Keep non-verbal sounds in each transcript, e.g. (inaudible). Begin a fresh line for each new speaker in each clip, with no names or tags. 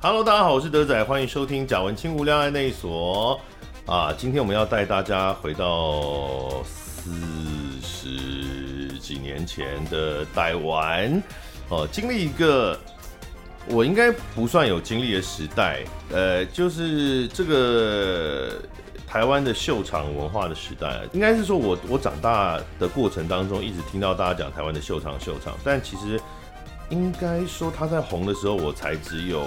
Hello，大家好，我是德仔，欢迎收听贾文清无量爱内所啊。今天我们要带大家回到四十几年前的台湾，哦、经历一个我应该不算有经历的时代，呃，就是这个台湾的秀场文化的时代，应该是说我我长大的过程当中，一直听到大家讲台湾的秀场秀场，但其实应该说他在红的时候，我才只有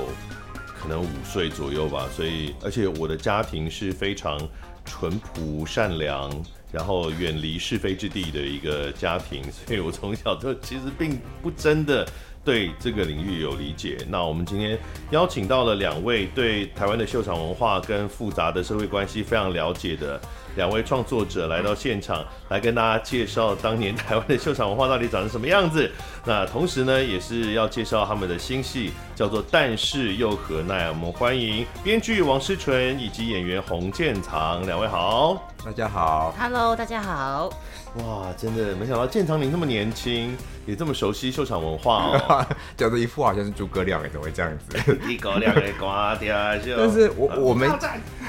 可能五岁左右吧，所以而且我的家庭是非常淳朴善良，然后远离是非之地的一个家庭，所以我从小就其实并不真的对这个领域有理解。那我们今天邀请到了两位对台湾的秀场文化跟复杂的社会关系非常了解的两位创作者来到现场，来跟大家介绍当年台湾的秀场文化到底长成什么样子。那同时呢，也是要介绍他们的新戏，叫做《但是又何奈》。我们欢迎编剧王诗纯以及演员洪建藏两位好。
大家好， (laughs)
Hello，大家好。
哇，真的没想到建藏您那么年轻，也这么熟悉秀场文化哦。
讲的一副好像是诸葛亮哎，怎么会这样
(laughs)
子？
一狗两个瓜掉秀
但是我我们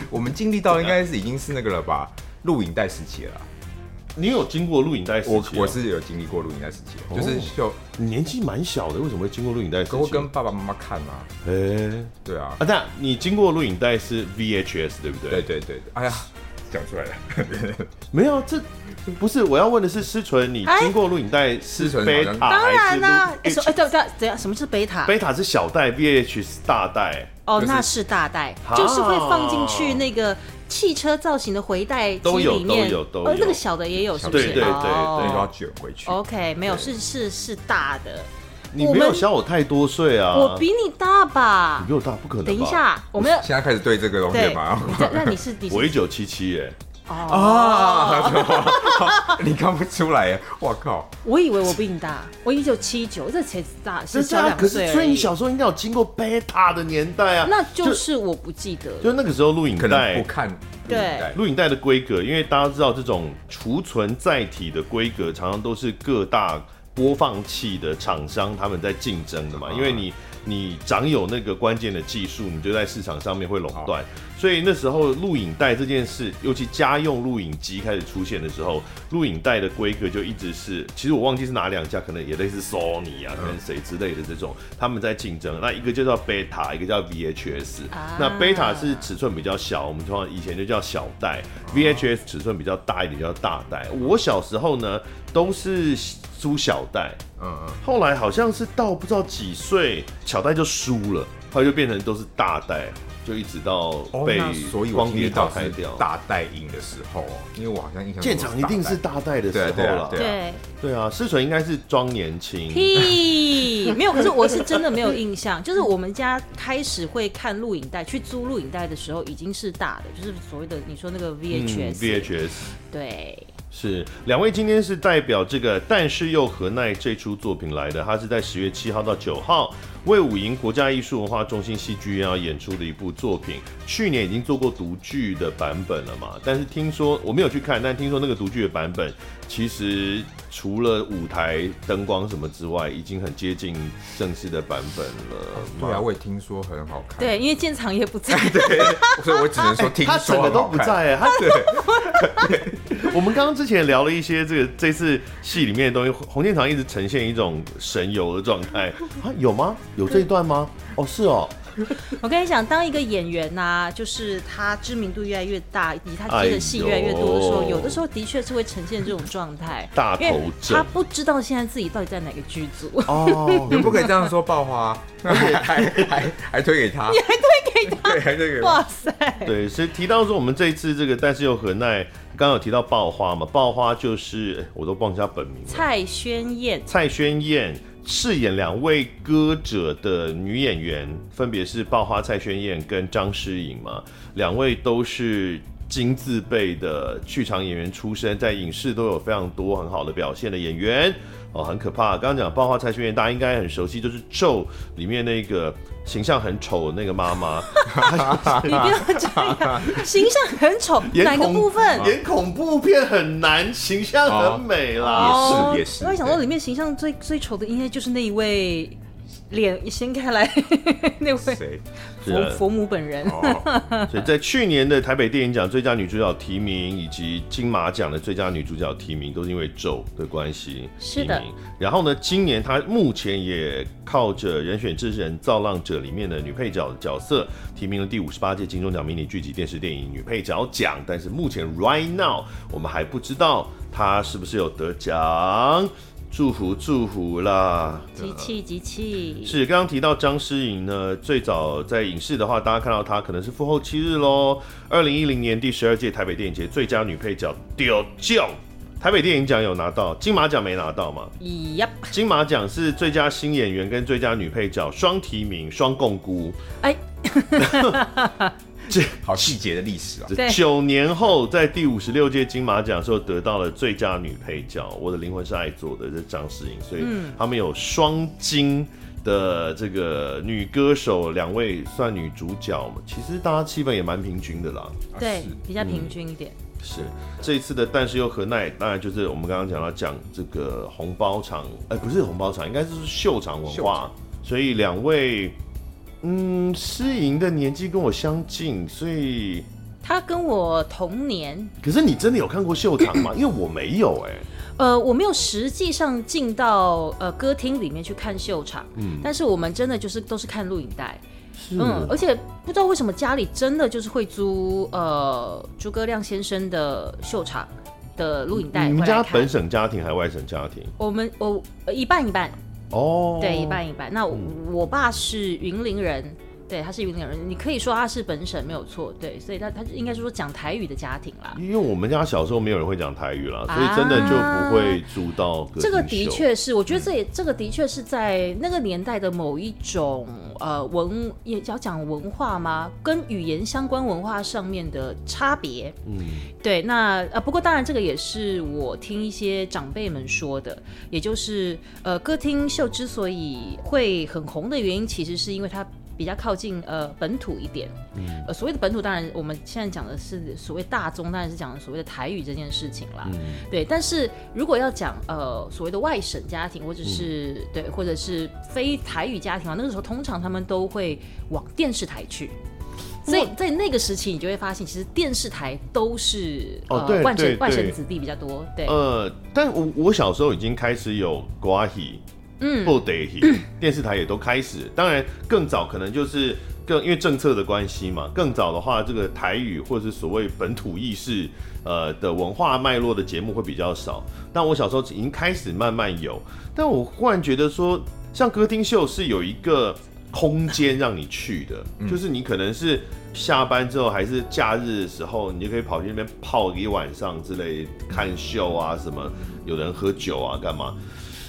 我们经历到应该是已经是那个了吧，录影带时期了啦。
你有经过录影带时期、
我我是有经历过录影带时期，
哦
就是就
你年纪蛮小的，为什么会经过录影带时期？
可会跟爸爸妈妈看啊，
哎、
对啊，
啊，那你经过录影带是 VHS 对不对？
对对对，对哎呀，讲出来了，
没有，这不是我要问的是思纯，你
哎
经过录影带是
思纯
贝
好像
塔
当
还
然
是
啦、
录
哎啊什哎，对对，怎样？什么是贝塔？
贝塔是小袋，VH 是大袋，
哦，
就是
那是大袋，
啊
就是会放进去那个汽车造型的回带
都
机
有
里面，
都有都有
哦，那个小的也有，是不是？
对对对
(laughs) 那就要
哦
卷回去。
OK，没有，是是是大的。
你
我
没
们
有小我太多岁啊，
我比你大吧
你比？我大，不可能。
等一，下，我们要
现在开始对这个东西
对，
嘛，
你
(laughs)
这那你是
(laughs)
你
我一
是
九七七耶，
啊， (laughs) 你看不出来哎，我靠，
我以为我比你大，我一九七九，这才大是小
啊，可
两岁
是
而已。
所以你小时候应该有经过贝塔的年代啊，
那就是我不记得了
就那个时候录影
可能
带
不。看录影带，
录影带的规格，因为大家知道这种储存载体的规格，常常都是各大播放器的厂商他们在竞争的嘛。
啊
因为你你掌有那个关键的技术，你就在市场上面会垄断。所以那时候录影带这件事，尤其家用录影机开始出现的时候，录影带的规格就一直是，其实我忘记是哪两家，可能也类似 Sony 啊，可能谁之类的这种，他们在竞争。那一个就叫 Beta，一个叫 VHS。
啊
那 Beta 是尺寸比较小，我们通常以前就叫小袋，VHS
哦
尺寸比较大一点叫大袋。我小时候呢都是租小袋，
嗯嗯，
后来好像是到不知道几岁，小袋就输了，后来就变成都是大袋，就一直到
哦，
被
那所以我
光
经历
碟
到
淘
是
汰掉。
大带音的时候哦，因为我好像印象中
建厂一定是
大带
大袋的时候了，
对啊
对。
对啊，思纯应该是装年轻，
屁，没有。可是我是真的没有印象，就是我们家开始会看录影带，去租录影带的时候已经是大的，就是所谓的你说那
嗯
个 VHS、
VHS
对，
是两位今天是代表这个《但是又何奈》这出作品来的，它是在十月七号到九号为武营国家艺术文化中心戏剧院要演出的一部作品。去年已经做过独剧的版本了嘛，但是听说我没有去看，但听说那个独剧的版本其实除了舞台灯光什么之外，已经很接近正式的版本了嘛。
对啊，我也听说很好看。
对，因为建厂也
(laughs)
不在，
(laughs) 所以我只能说听
哎他整
说
个
很
都
好
不
看。
在、欸，他 (laughs) 我们刚刚之前聊了一些这个这次戏里面的东西，洪建堂一直呈现一种神游的状态啊，有吗？有这一段吗？哦，是哦，
我跟你讲，当一个演员呐、就是他知名度越来越大，以及他接的戏越来越多的时候，
哎呦
有的时候的确是会呈现这种状态，
大头
因
症
为他不知道现在自己到底在哪个剧
(laughs)
组。
(laughs)
哦
你，们不可以这样说
(laughs)
爆花，还还还推给他，你还推给他， (laughs) 对，还推给他。
哇塞，
对，所以提到说我们这一次这个，但是又何奈，刚刚有提到爆花嘛，爆花就是哎我都忘记他本名了，
蔡
(laughs)
宣燕，
蔡宣燕饰演两位歌者的女演员，分别是爆花蔡宣燕跟张诗颖嘛，两位都是金字辈的剧场演员出身，在影视都有非常多很好的表现的演员。哦，很可怕！刚刚讲爆花蔡宣燕，大家应该很熟悉，就是《咒》里面那个形象很丑的那个妈妈，
你不要这
(laughs)
样，形象很丑， (laughs) 哪个部分？
演恐怖片很难，形象很美啦。
哦也是
我也想说，里面形象最最丑的应该就是那一位脸一掀开来， (laughs) 那位
谁？
是
佛
的
佛母本人，
啊
(laughs)
哦，
所以在去年的台北电影奖最佳女主角提名以及金马奖的最佳女主角提名，都是因为《咒》的关系
是的
提名。然后呢，今年她目前也靠着《人选之人》《造浪者》里面的女配角的角色，提名了第五十八届金钟奖迷你剧集电视电影女配角奖。但是目前 right now 我们还不知道她是不是有得奖，祝福祝福啦！
集
啊
气集气，
是，刚刚提到张诗颖呢，最早在影视的话，大家看到她可能是《复后七日》喽。二零一零年第十二届台北电影节最佳女配角丢奖，台北电影奖有拿到，金马奖没拿到嘛？
咦呀，
金马奖是最佳新演员跟最佳女配角双提名双共估。
哎，
好细节的历史啊！
对
(laughs) 九年后，在第五十六届金马奖的时候得到了最佳女配角，《我的灵魂是爱做的》这是张诗颖，所以
嗯
他们有双金的这个女歌手两位算女主角嘛，其实大家气氛也蛮平均的啦。
啊
对
是，嗯
比较平均一点，
是这一次的，但是又何奈，当然就是我们刚刚讲到讲这个红包场，呃，不是红包场，应该是秀场文
秀
化
场。
所以两位，嗯，诗颖的年纪跟我相近，所以
他跟我同年，
可是你真的有看过秀场
(coughs)
吗？因为我没有哎、
呃，我没有实际上进到呃歌厅里面去看秀场，
嗯
但是我们真的就是都是看录影带，
是
嗯，而且不知道为什么家里真的就是会租呃诸葛亮先生的秀场的录影
你
带
嗯
回
们
来
家
看
本省家庭还是外省家庭？
我们我呃一半一半，
哦，
对，一。半一半。那我,、我爸是云林人，对，他是云林人，你可以说他是本省没有错，对，所以他他应该是说讲台语的家庭啦。
因为我们家小时候没有人会讲台语啦，所以真的就不会租到歌厅秀
啊这个的，确是，我觉得这也、这个的确是在那个年代的某一种呃文也要讲文化吗？跟语言相关文化上面的差别。
嗯，
对，那呃，不过当然这个也是我听一些长辈们说的，也就是呃，歌厅秀之所以会很红的原因，其实是因为它。比较靠近呃本土一点，
嗯
呃所谓的本土，当然我们现在讲的是所谓大宗，当然是讲所谓的台语这件事情
嗯
啦。对，但是如果要讲呃所谓的外省家庭，或者是、
嗯
对，或者是非台语家庭啊，那个时候通常他们都会往电视台去。所以在那个时期，你就会发现，其实电视台都是、
哦对
呃外
对
省外省
对
子弟比较多，对，
呃，但我我小时候已经开始有瓜戏，
嗯
布袋
(coughs)
戏，电视台也都开始。当然，更早可能就是更因为政策的关系嘛，更早的话，这个台语或者是所谓本土意识呃的文化脉络的节目会比较少。但我小时候已经开始慢慢有，但我忽然觉得说，像歌厅秀是有一个空间让你去的，就是你可能是。下班之后还是假日的时候，你就可以跑去那边泡一晚上之类，看秀啊什么，有人喝酒啊干嘛。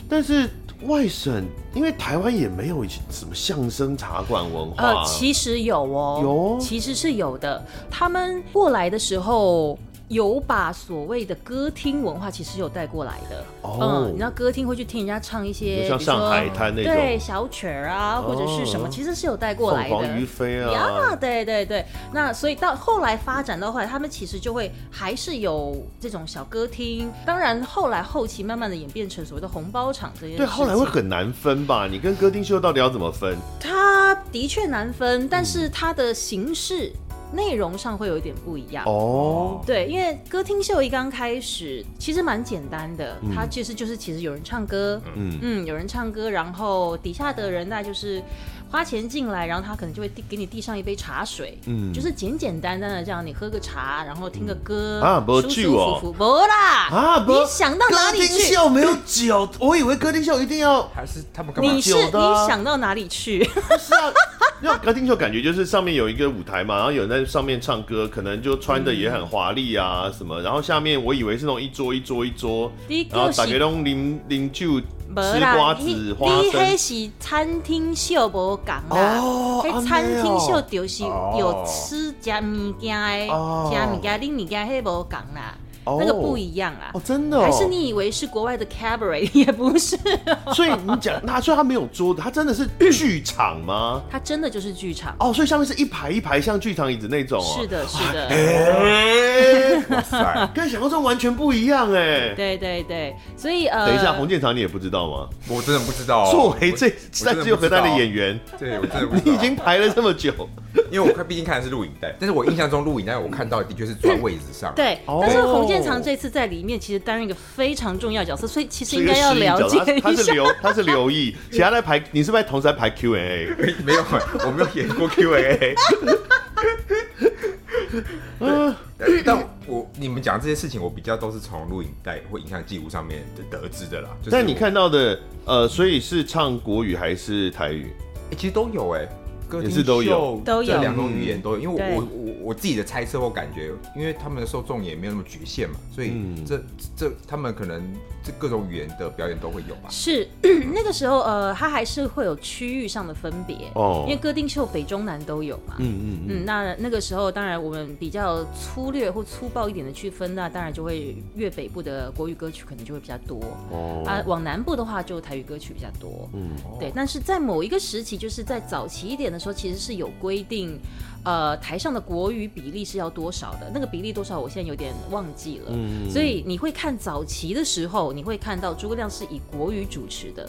但是外省，因为台湾也没有以前什么相声茶馆文化，
呃，其实有哦，
有哦
其实是有的。他们过来的时候。有把所谓的歌厅文化其实有带过来的，
哦
嗯，你知道歌厅会去听人家唱一些，
就像
比如说
上海滩那种
对小曲儿啊，或者是什么，
哦
其实是有带过
凤
来的。
凰于飞
呀
啊，
对对对，那所以到后来发展到后来，他们其实就会还是有这种小歌厅，当然后来后期慢慢的演变成所谓的红包场这些。
对，后来会很难分吧？你跟歌厅秀到底要怎么分？
它的确难分，但是它的形式、内容上会有一点不一样。
哦，
对，因为歌厅秀一刚开始其实蛮简单的，它其实就是其实有人唱歌，
嗯
嗯有人唱歌，然后底下的人大概就是花钱进来，然后他可能就会递给你递上一杯茶水，
嗯
就是简简单单的这样，你喝个茶，然后听个歌，
啊没
舒
酒
舒
哦
服服，不啦，
啊不
你想到哪里
歌厅
去？
秀没有酒，我以为歌厅秀一定要
还是他们干嘛
你？是
酒的啊
你想到哪里去？
不是啊。 (laughs) 因为歌厅秀感觉就是上面有一个舞台嘛，然后有人在上面唱歌，可能就穿的也很华丽啊什么，然后下面我以为是那种一桌一桌一桌，
你
然后
就是
打给拢零零酒吃
无
瓜
啦，
子花生
迄是餐厅秀无共啦，
哦
迄、餐厅秀就是
安尼哦
有吃食物件的，食
哦
物件啉物件迄无共啦。
哦
那个不一样啦。
哦，真的、哦，
还是你以为是国外的 cabaret，也 (laughs) 不是，
所以你讲，那所以它没有桌子，它真的是剧场吗？
它真的就是剧场。
哦，所以上面是一排一排像剧场椅子那种哦。
(laughs) 是的，是的。
哎，
哇塞，
跟想象中完全不一样哎。
对对对，所以呃，
等一下，洪建长你也不知道吗？
我真的不知
(laughs)
道。
作为这
哦我
三
真的
十六
不知
合
道
单的演员，
对我真的不知
你
道
已经排了这么久，
(laughs)
因为我看，毕竟看的是录影带，但是我印象中录影带我看到的的确是坐在位置上。，
对，
哦
但是洪建长这次在里面其实担任一个非常重要的角色，所以其实应该要
是一个
了
失忆角
解
色他
一
他是
下。 (laughs)
留他是留意，其他在排，你是不是在同时在排 Q&A？
(laughs) 没有，我没有演过
(laughs)
Q&A。但
啊
但我你们讲这些事情，我比较都是从录影带或影像记录上面得知的啦。就是
但你
我
看到的，呃，所以是唱国语还是台语？
欸其实都有哎、歌
也
厅
是都有
秀
都有嗯
这两种语言都有，因为
对
我我我我自己的猜测或感觉，因为他们的受众也没有那么局限嘛，所以
嗯
这、这他们可能这各种语言的表演都会有吧。
是 (clears throat) 那个时候，呃，它还是会有区域上的分别，
哦
因为歌丁秀北中南都有嘛。
嗯嗯
嗯，那那个时候当然我们比较粗略或粗暴一点的区分，那当然就会越北部的国语歌曲可能就会比较多，
嗯
哦
啊，往南部的话就台语歌曲比较多。
嗯
哦
对，但是在某一个时期，就是在早期一点的时候，其实是有规定，呃，台上的国语比例是要多少的，那个比例多少，我现在有点忘记了。
嗯
所以你会看早期的时候，你会看到诸葛亮是以国语主持的，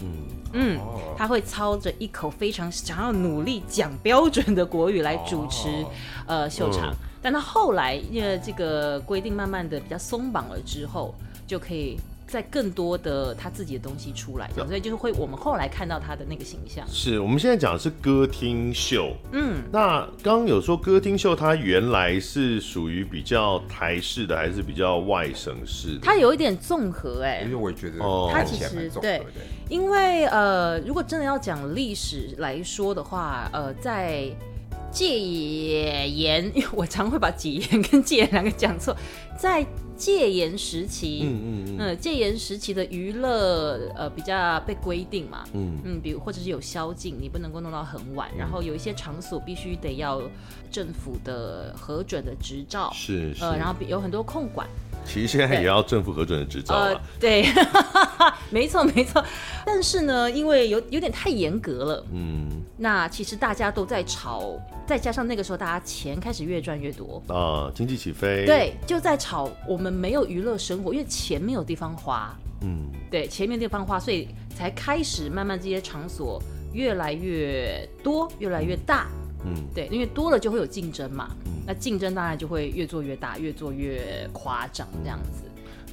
嗯，
哦
他会操着一口非常想要努力讲标准的国语来主持、
哦
呃秀场。
嗯
但他后来呃这个规定慢慢的比较松绑了之后，就可以。在更多的他自己的东西出来，这样所以就是会我们后来看到他的那个形象，
是我们现在讲的是歌厅秀。
嗯，
那刚刚有说歌厅秀，它原来是属于比较台式的，还是比较外省式的？
他有一点综合哎、
因为我也觉得
哦
看起来蛮重
它
的
其实
对
因为呃，如果真的要讲历史来说的话，呃，在戒严， (laughs) 因为我常会把戒严跟戒严两个讲错，在戒严时期，
嗯嗯嗯
嗯，戒严时期的娱乐呃比较被规定嘛，
嗯
嗯，比如或者是有宵禁，你不能够弄到很晚，然后有一些场所必须得要政府的核准的执照，
是是。
呃，然后比有很多控管，
其实现在也
对
要政府核准的执照啊了。，
呃对， (laughs) 没错没错，但是呢，因为有有点太严格了，
嗯
那其实大家都在炒，再加上那个时候大家钱开始越赚越多，
啊，经济起飞。，
呃对，就在炒我们没有娱乐生活，因为钱没有地方花，
嗯，
对，钱没有地方花，所以才开始慢慢这些场所越来越多，越来越大，
嗯，
对，因为多了就会有竞争嘛，那竞争当然就会越做越大，越做越夸张这样子。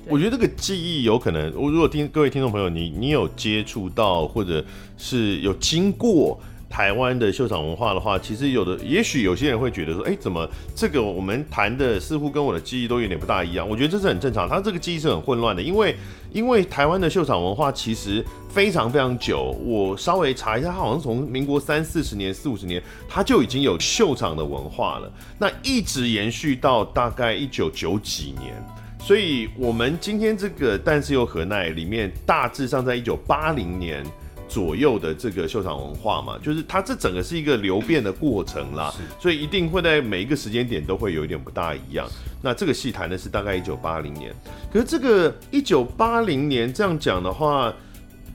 对
我觉得这个记忆有可能，我如果听各位听众朋友，你你有接触到或者是有经过台湾的秀场文化的话，其实有的，也许有些人会觉得说，哎，怎么这个我们谈的似乎跟我的记忆都有点不大一样？我觉得这是很正常，他这个记忆是很混乱的，因为因为台湾的秀场文化其实非常非常久，我稍微查一下，它好像从民国三四十年、四五十年，它就已经有秀场的文化了，那一直延续到大概一九九几年。所以，我们今天这个《但是又何奈》里面，大致上在一九八零年左右的这个秀场文化嘛，就是它这整个是一个流变的过程啦
是，
所以一定会在每一个时间点都会有一点不大一样。那这个戏谈的是大概一九八零年，可是这个一九八零年这样讲的话，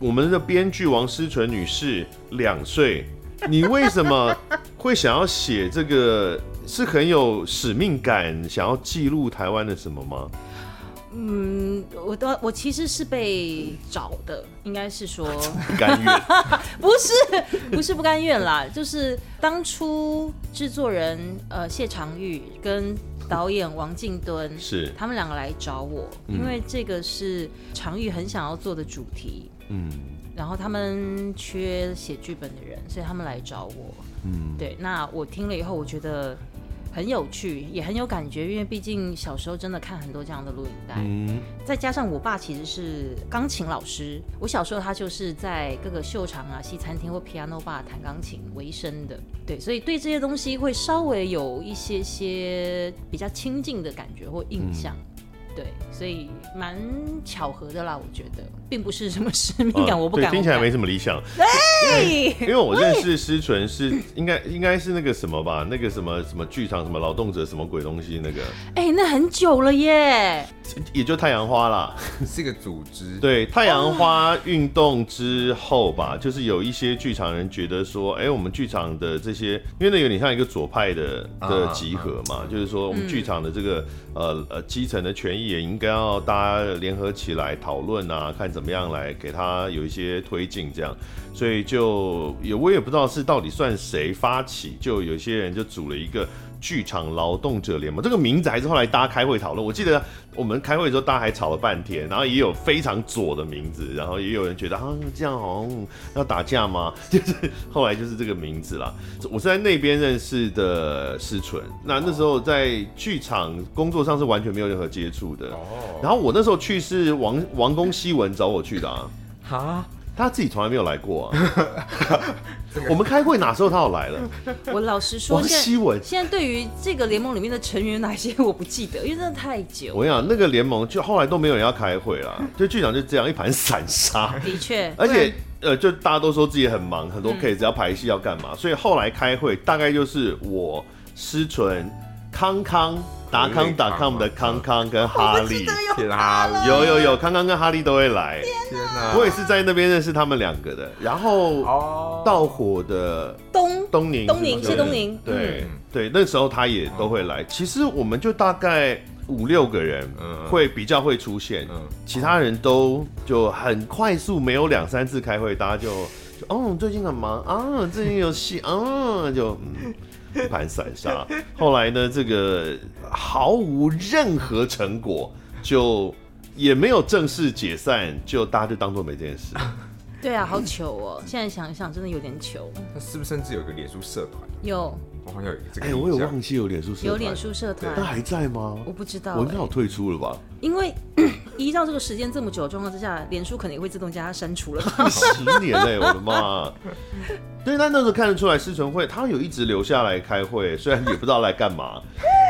我们的编剧王思纯女士两岁，你为什么会想要写这个？是很有使命感，想要记录台湾的什么吗？
嗯，我的我其实是被找的，应该
(laughs)
是说
甘愿。
(laughs) 不是不是不甘愿啦，就是当初制作人呃谢长玉跟导演王静敦
是嗯
他们两个来找我，因为这个是长玉很想要做的主题，
嗯
然后他们缺写剧本的人，所以他们来找我。
嗯，
对，那我听了以后，我觉得很有趣，也很有感觉，因为毕竟小时候真的看很多这样的录影带。
嗯
再加上我爸其实是钢琴老师，我小时候他就是在各个秀场啊、西餐厅或 piano bar 弹钢琴为生的，对，所以对这些东
嗯
西会稍微有一些些比较亲近的感觉或印象。对，所以蛮巧合的啦，我觉得并不是什么使命感，
嗯
我不
对
敢。哎
听起来
我不
没什么理
(laughs)
想。因
敢。
为我认识施纯是应该应该是那个什么吧，那个什么什么剧场什么劳动者什么鬼东西那个，
哎，那很久了耶。
也就太阳花啦。
是一个组织，
对，
哦
太阳花运动之后吧，就是有一些剧场人觉得说，哎、我们剧场的这些，因为那有点像一个左派的的
啊
集合嘛，就是说我们剧场的这个、呃呃基层的权益也应该要大家联合起来讨论啊，看怎么样来给他有一些推进这样，所以就也我也不知道是到底算谁发起，就有些人就组了一个。剧场劳动者联盟这个名字还是后来大家开会讨论。我记得我们开会的时候，大家还吵了半天，然后也有非常左的名字，然后也有人觉得啊，这样好像要打架吗？ (laughs) 就是后来就是这个名字啦。我是在那边认识的思纯，那那时候在剧场工作上是完全没有任何接触的。
哦，
然后我那时候去是王王宫希文找我去的啊，
哈，
他自己从来没有来过
(laughs)
啊。 (laughs) 我们开会哪时候他有来了？
我老
(laughs)
实说，
王
现在
希文
现在对于这个联盟里面的成员有哪些我不记得，因为真的太久。
我跟你讲，那个联盟就后来都没有人要开会啦，就剧场就这样一盘散沙，
的确，
而
不然
且呃，就大家都说自己很忙，很多 case 要排戏要干
嗯
嘛，所以后来开会大概就是我、施纯、康康、达康达康的康康跟哈利，
天啊，
有有有，康康跟哈利都会来，
天哪，
我也是在那边认识他们两个的，然后
哦，
盗火的
东
东宁，
东宁
是吗
谢东宁
对、
嗯
对，那时候他也都会来。其实我们就大概五六个人
嗯
会比较会出现，
嗯
其他人都就很快速，没有两三次开会，大家就就哦，最近很忙啊，最近有戏啊，就嗯。一盘散沙，后来呢，这个毫无任何成果，就也没有正式解散，就大家就当做没这件事。
对啊，好糗哦！现在想一想，真的有点糗。
他是不是甚至有个脸书社团？啊
有
我好像有这个
(laughs) 哎、
印象，
我也忘记有脸书社团，
有脸书社
那
团，
还在吗？
我不知道、
哎我应该
哎
有退出了吧？
因为 (coughs) 依照这个时间这么久的状况之下，脸书肯定会自动将它删除了
(laughs)
吧。
十年嘞、我的妈！对，但那时候看得出来，施纯慧她有一直留下来开会，虽然也不知道来干嘛。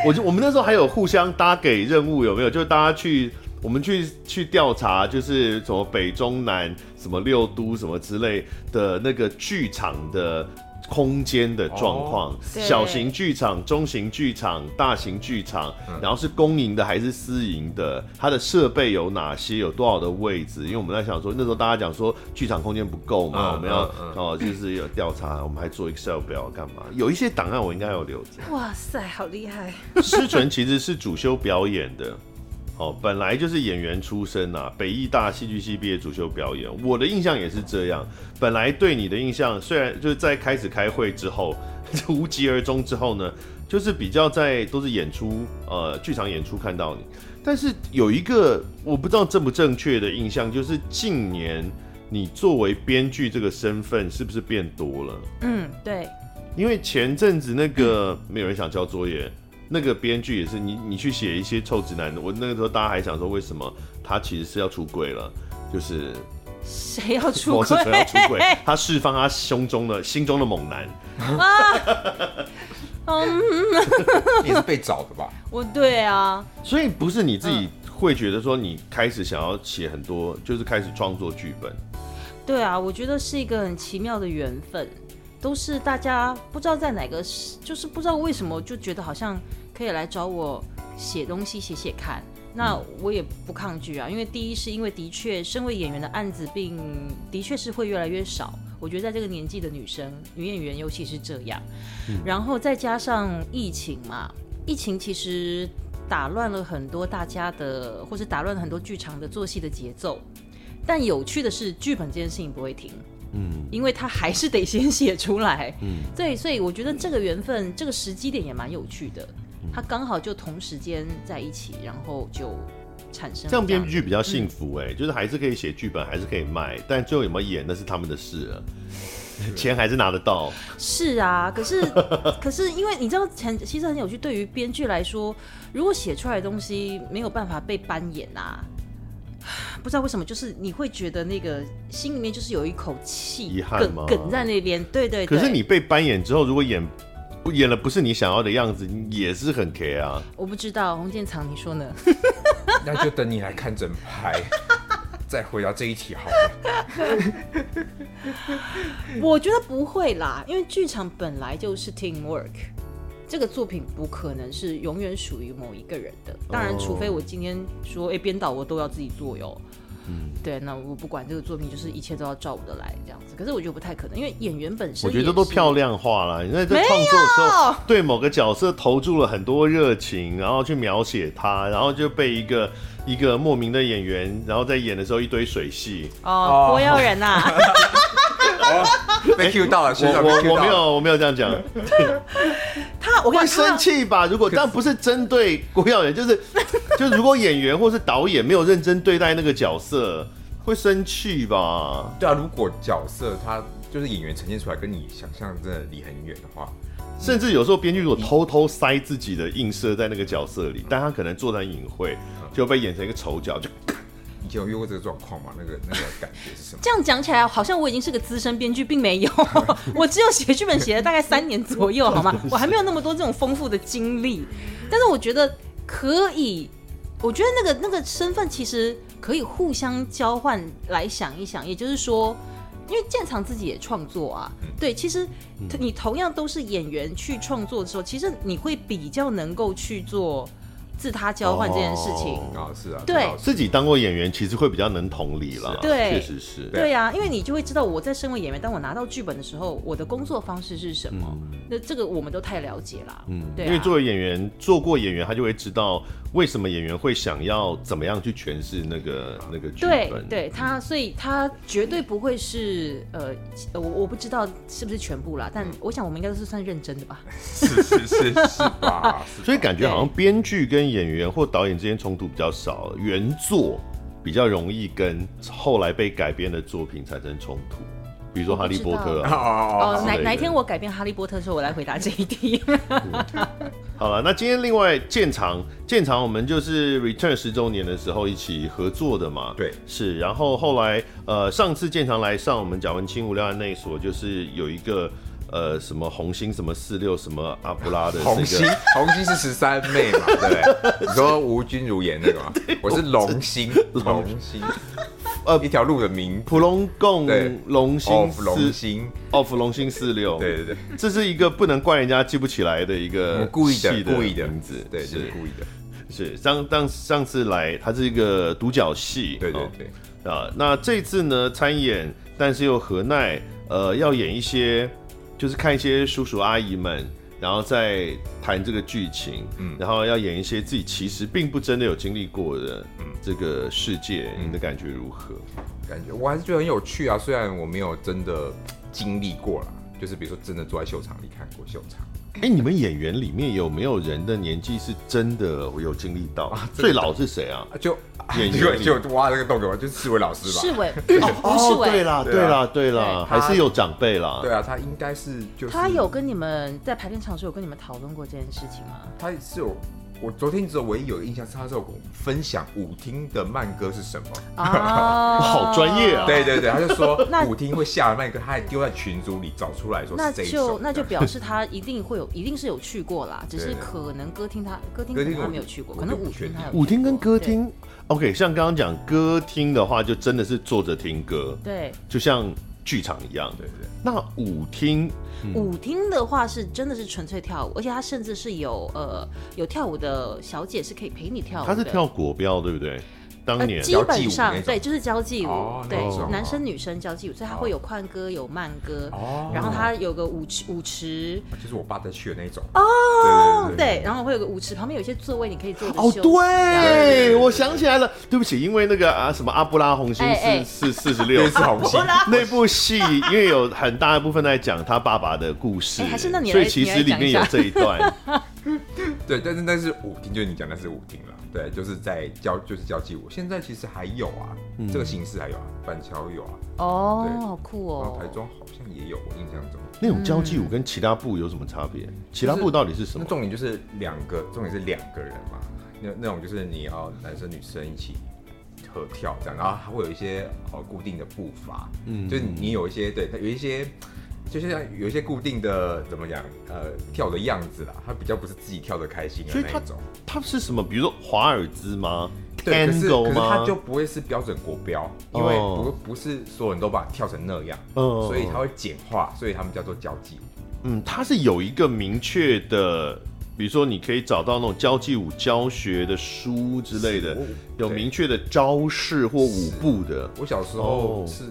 我就我们那时候还有互相搭给任务，有没有？就是大家去我们去去调查，就是什么北中南、什么六都什么之类的那个剧场的。空间的状况，
对
小型剧场、中型剧场、大型剧场，
嗯
然后是公营的还是私营的？它的设备有哪些？有多少的位置？因为我们在想说，那时候大家讲说剧场空间不够嘛，
嗯
我们要、
嗯嗯
哦，就是有调查，我们还做 Excel 表干嘛？有一些档案我应该有留着。
哇塞，好厉害！
师纯其实是主修表演的，哦，本来就是演员出身呐、北艺大戏剧系毕业主修表演。我的印象也是这样，本来对你的印象，虽然就是在开始开会之后， (laughs) 就无疾而终之后呢，就是比较在都是演出，呃，剧场演出看到你。但是有一个我不知道正不正确的印象，就是近年你作为编剧这个身份是不是变多了？
嗯，对，
因为前阵子那个没有人想交作业，那个编剧也是你你去写一些臭直男的，我那个时候大家还想说为什么他其实是要出轨了，就是
谁要出
某是啊
轨？
要出轨，他释放他胸中的心中的猛男，
你是被找的吧？
(laughs) 我对啊，
所以不是你自
嗯
己会觉得说你开始想要写很多，就是开始创作剧本，
对啊，我觉得是一个很奇妙的缘分，都是大家不知道在哪个时，就是不知道为什么就觉得好像可以来找我写东西写写看。那我也不抗拒啊，因为第一是因为的确，身为演员的案子并的确是会越来越少。我觉得在这个年纪的女生，女演员尤其是这样，然后再加上疫情嘛，疫情其实打乱了很多大家的，或是打乱了很多剧场的做戏的节奏。但有趣的是，剧本这件事情不会停，嗯，因为他还是得先写出来，嗯，对，所以我觉得这个缘分，这个时机点也蛮有趣的，他刚好就同时间在一起，然后就产生了
这样编
子
剧比较幸福
嗯
哎、就是还是可以写剧本，还是可以卖，但最后有没有演那是他们的事了，钱还是拿得到。
是啊，
(laughs)
可是可是因为你知道很，其实很有趣。对于编剧来说，如果写出来的东西没有办法被扮演啊，不知道为什么，就是你会觉得那个心里面就是有一口气
遗憾
梗
吗
梗在那边。对对对。
可是你被扮演之后，如果演演了不是你想要的样子，你也是很 K 啊。
我不知道洪建藏，你说呢？
(laughs) 那就等你来看整 (laughs) 拍，再回答这一题好了。
(laughs) 我觉得不会啦，因为剧场本来就是 teamwork，这个作品不可能是永远属于某一个人的。当然，
哦
除非我今天说，哎、编导我都要自己做哟。嗯，对，那我不管这个作品，就是一切都要照我的来这样子。可是我觉得不太可能，因为演员本身
我觉得都
也是哦
漂亮化了。你在这创作的时候，对某个角色投注了很多热情，然后去描写他，然后就被一个一个莫名的演员，然后在演的时候一堆水戏。
哦
哦，
郭耀
(laughs)
仁呐、啊，
(laughs) 被 Q 到了，学
我
长被
哎我
Q
我
到
没
了。
有我没有这样讲，
他我跟
会
你说
生，气吧？如果但不是针对郭耀仁，就是就是如果演员或是导演没有认真对待那个角色，会生气吧？
对啊，如果角色他就是演员呈现出来跟你想象真的离很远的话，
甚至有时候编剧
嗯
如果偷偷塞自己的映射在那个角色里，但他可能做的很隐晦，
嗯
就被演成一个丑角，就
以前有遇过这个状况吗？那个那个感觉是 (laughs) 什么？
这样讲起来，好像我已经是个资深编剧，并没有，我只有写剧本写了大概三年左右，好吗？我还没有那么多这种丰富的经历，但是我觉得可以，我觉得那个那个身份其实可以互相交换来想一想，也就是说。因为建厂自己也创作啊，对，其实你同样都是演员去创作的时候，其实你会比较能够去做自他交换这件事情。
哦
啊，是啊，
对
这倒是
自己当过演员，其实会比较能同理啦。
是啊对
确实是。
对啊，因为你就会知道我在身为演员，当我拿到剧本的时候，我的工作方式是什么。那这个我们都太了解啦。嗯，对、
嗯
啊，
因为作为演员，做过演员，他就会知道为什么演员会想要怎么样去诠释那个
嗯
那个剧
对
本。，
对他，所以他绝对不会是呃，我我不知道是不是全部啦，但我想我们应该都是算认真的吧。
是是是
(laughs)
是吧？是吧 (laughs)
所以感觉好像编剧跟演员或导演之间冲突比较少，原作比较容易跟后来被改编的作品产生冲突，比如说《哈利波特》啊
哦。哦
哦，
是
哪
的
哪一天我改变《哈利波特》的时候，我来回答这一题。
好了，那今天另外建厂建厂，我们就是 Return 十周年的时候一起合作的嘛。
对
是。然后后来呃，上次建厂来上我们贾文清无聊的那一所，就是有一个呃什么红星什么四六什么阿布拉的
哦，
这
红
个
星。 (laughs) 红星是十三妹嘛，对不对？你说吴君如演那 (laughs) 个吗？我是龙星，龙星，呃，一条路的名
普龙贡
对
龙星
哦，
四
龙星，
，of 龙星四六，
对对对，
这是一个不能怪人家记不起来的一
我
个
们故意
戏
的，故意的
名字，
对，就是是故意的，
是上当上次来，它是一个独角戏，
对对
哦
对。
啊，那这次呢参演，但是又何奈，呃，要演一些，就是看一些叔叔阿姨们，然后再谈这个剧情，嗯，然后要演一些自己其实并不真的有经历过的，这个世界，你的感觉如何？
感觉我还是觉得很有趣啊。虽然我没有真的经历过啦，就是比如说真的坐在秀场里看过秀场，
哎、你们演员里面有没有人的年纪是真的有经历到？最老是谁啊？
啊就
演
就
员
(laughs) 就挖这个洞给我，就是四位老师吧。
世伟，哦，吴
(laughs)
世
对
伟，
啦，
对
对
啊
啦，对啦，
对
还是有长辈啦。
对啊，他应该是就是
他有跟你们在排练场的时候有跟你们讨论过这件事情
(laughs)
吗？
他是有。我昨天只有唯一有印象是他是有跟我分享舞厅的慢歌是什么，
啊，
好专业啊
对对对，他就说
(laughs) 那
舞厅会下的慢歌，他还丢在群组里找出来说
那
是这一首
就，那
(laughs)
就表示他一定会有，一定是有去过啦，只是可能歌厅他歌厅可
歌
能
厅
他
我
没有去过，
我
可能
就
舞
不确
厅他有
定
去
舞厅跟
过
歌厅，OK，像刚刚讲歌厅的话，就真的是坐着听歌，
对
就像剧场一样。
对对对，
那舞厅
嗯
对舞厅的话是真的是纯粹跳舞，而且他甚至是有呃有跳舞的小姐是可以陪你跳舞的，
它是跳国标，对不对？当
呃
年
基本
交际舞
上
那种
对就是交际舞，
哦
对
那种
男生女生交际舞，所以他
哦
会有快歌有慢歌，
哦
然后他有个舞池舞池。
就是我爸在去的那一种哦，对对对
对，然后会有个舞池，旁边有一些座位，你可以坐着
哦，
休息
对，我想起来了，对不起，因为那个啊什么阿布拉红星
哎哎
四四四十
(laughs) 对，
六
那是红星，
那部戏，因为有很大一部分在讲他爸爸的故事，
哎还是那你来
所以其实里面有这一段。
(laughs) 对，但是那是舞厅，就是你讲那是舞厅了，对，就是在交就是交际舞，现在其实还有啊，这个形式还有啊，板桥有啊，
哦，
对
好酷
然
哦
后！台中好像也有，我印象中。
那种交际舞跟其他部有什么差别？其他部到底是什
那
么？
重点就是两个，重点是两个人嘛，那那种就是你要男生女生一起合跳这样，然后还会有一些呃固定的步伐，嗯，就是你有一些对，它有一些。就是像有一些固定的怎么讲，呃，跳的样子啦，它比较不是自己跳的开心的
所以
那
它
一种。
它是什么？比如说华尔兹吗？
对，可是可
angle
是
吗？哦
它就不会是标准国标，因为不不是所有人都把它跳成那样，
嗯
所以它会简化，所以他们叫做交际舞。
嗯，它是有一个明确的，比如说你可以找到那种交际舞教学的书之类的
是我，
有
对
明确的招式或舞步的。
我小时
哦
候是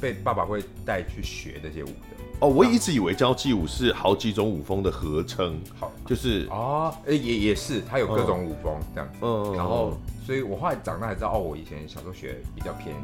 被爸爸会带去学这些舞的，
哦，我一直以为交际舞是好几种舞风的合称，
好
就是
哦，诶也也是，它有各种舞风这样子，
嗯
然后所以我后来长大才知道，哦，我以前小时候学比较偏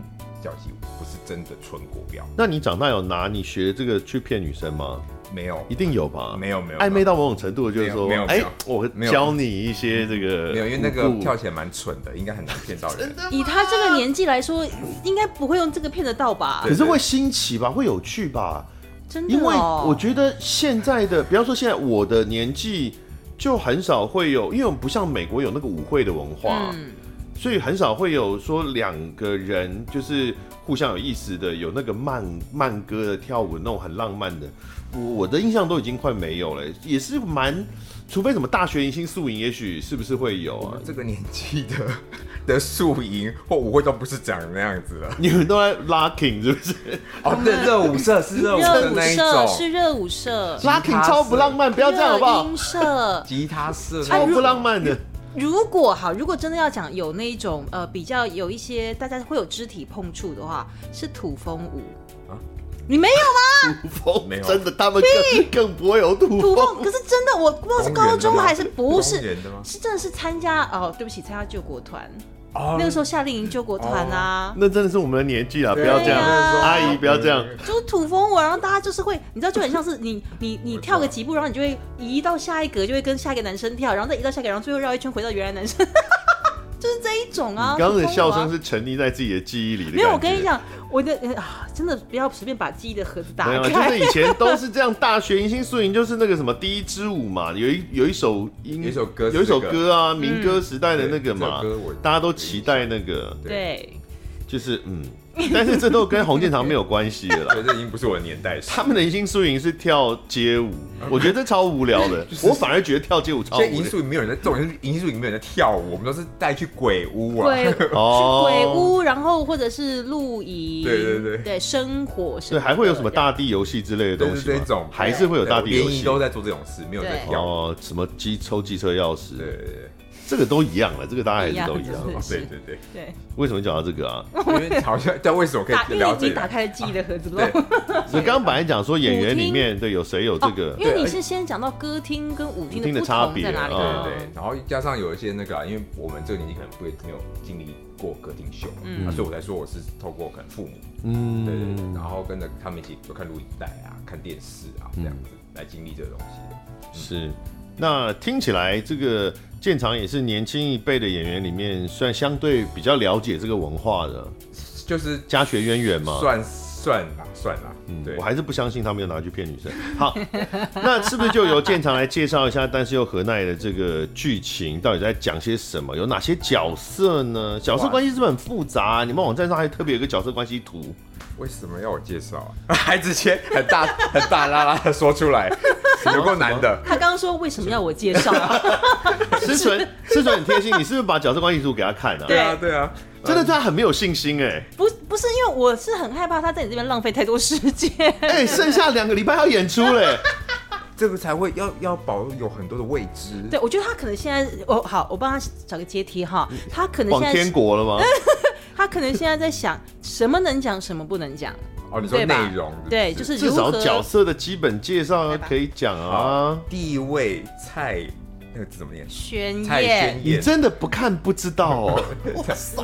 交际舞，不是真的纯国标，
那你长大有拿你学这个去骗女生吗？
没有
一定有吧？
没有没有
暧昧到某种程度，就是说
没有，没
哎
有，
我
没有
教你一些这个舞步，
没有，因为那个跳起来蛮蠢的，应该很难骗 (laughs) 到人。
以他这个年纪来说，应该不会用这个骗得到吧
可？是会新奇吧，会有趣吧？
真的
因为
哦，
我觉得现在的，比方说现在我的年纪就很少会有，因为我们不像美国有那个舞会的文化，
嗯
所以很少会有说两个人就是互相有意思的，有那个慢慢歌的跳舞那种很浪漫的。我我的印象都已经快没有了，也是蛮，除非什么大学迎新宿营，也许是不是会有
我
啊
们？
嗯
这个年纪的 (laughs) 的宿营或舞会都不是长那样子了。
你们都在 locking 是不
(laughs)
是
(laughs) 哦，对，热舞社是热舞
热
社
舞
那一
社
种，
是热舞社，
吉他社。
？locking 超不浪漫，不要这样好不
热
好？
音社
吉他社那
超
一种
不浪漫的。
如果好，如果真的要讲有那一种呃比较有一些大家会有肢体碰触的话，是土风舞
啊
你没有吗？
风
没有
真的，他们更更不会有土
土
风啊
风，可是真的，我不知道是
公园
高
的
中
吗
还是不
公
是，
园的吗？
是真的是参加哦，对不起，参加救国团，
嗯
哦
那个时候夏令营救国团啊，
那真的是我们的年纪啊！不要这样，
对啊
阿姨不要这样。
就是土风舞啊，然后大家就是会，你知道，就很像是你你你跳个几步，然后你就会移到下一格，就会跟下一个男生跳，然后再移到下一个，然后最后绕一圈回到原来男生， (laughs) 就是这一种啊。
你刚刚的
土风舞啊
笑声是沉溺在自己的记忆里的。
没有，我跟你，讲，我的呃啊，真的不要随便把记忆的盒子打
没有，就
开。
是以前都是这样。大学迎新宿营就是那个什么第一支舞嘛，有一有一首音，
有一首歌是
有一首
这个
歌
嗯
啊，民歌时代的那个嘛
对这首歌我，
大家都期待那个，
(laughs) 对，
就是
(laughs)
嗯，但是这都跟洪建堂没有关系了啦。 (laughs)
对，这已经不是我的年代。
他们的迎新宿营是跳街舞，我觉得这超无聊
(laughs)
的，我反而觉得跳街舞超
现在
无
银
聊。
宿营没有人在，重点是银宿营没有人在跳舞，我们都是带去鬼屋啊。
鬼去
哦
鬼屋，然后或者是露营，
对对对
对，生火什
对，
么的，
还会有什么大地游戏之类的
都
东
是
西吗
(laughs) 这种，
还是会有大地
联
游
谊
戏。
都在做这种事，没有人在
对
跳舞。
哦，什么机抽机车钥
对
匙，
对对
这个都一样了，这个大家还
一
是
样
都一
这
样
(laughs) 是。
对
是
对对对。
这样？
为什么讲到这个 (laughs) 啊？
因为好像，但为什么可
对，打，
以
因为
聊
你
到
已
这
经
个
打？开了记忆的盒子喽
对。
你刚刚本来讲说演员里面对有谁有这个
哦， (laughs) 因为你
对
是先讲到歌厅跟舞厅
舞厅的
不
差
同
别
在哪里？
哦
对对，然后加上有一些那个啊，因为我们这个年纪可能不会没有经历过歌厅秀，
嗯
啊所以我才说我是透过可能父母，对对对，
嗯，
然后跟着他们一起就看录影带啊，看电视啊这样子
嗯
来经历这个东西的。
是。那听起来这个建长也是年轻一辈的演员里面，算相对比较了解这个文化的
就是
家学渊源嘛。
算算啦算啦，对
嗯我，还是不相信他们有拿去骗女生。 (laughs) 好，那是不是就由建长来介绍一下《但是又何奈》的这个剧情到底在讲些什么？有哪些角色呢？角色关系是不是很复杂啊、你们网站上还特别有个角色关系
(laughs)
图，
为什么要我介绍啊？ (laughs) 还直接很大很大啦啦的说出来，有够难的。
他刚刚说为什么要我介绍？啊
(laughs) 思纯，思纯很贴心，你是不是把角色关系图给他看啊？
(laughs) 对
啊对啊，
真的，他很没有信心哎、
(laughs) 不，不是因为我是很害怕他在你这边浪费太多时间。 (laughs)
哎、剩下两个礼拜要演出嘞、
这个才会要要保有很多的未知。
对，我觉得他可能现在，哦，好，我帮他找个阶梯哈。他可能
往
现在
天
是，
国了吗？
他可能现在在想什么能讲，什么不能讲，
哦，你说
对吧
内容
对，
是
就
不
嗯
是
是
至
如
少
何
角色的基本介绍可以讲啊。
地位菜那个字怎么念？
宣
蔡
言
轩
你
燕，
真的不看不知道哦。哇塞！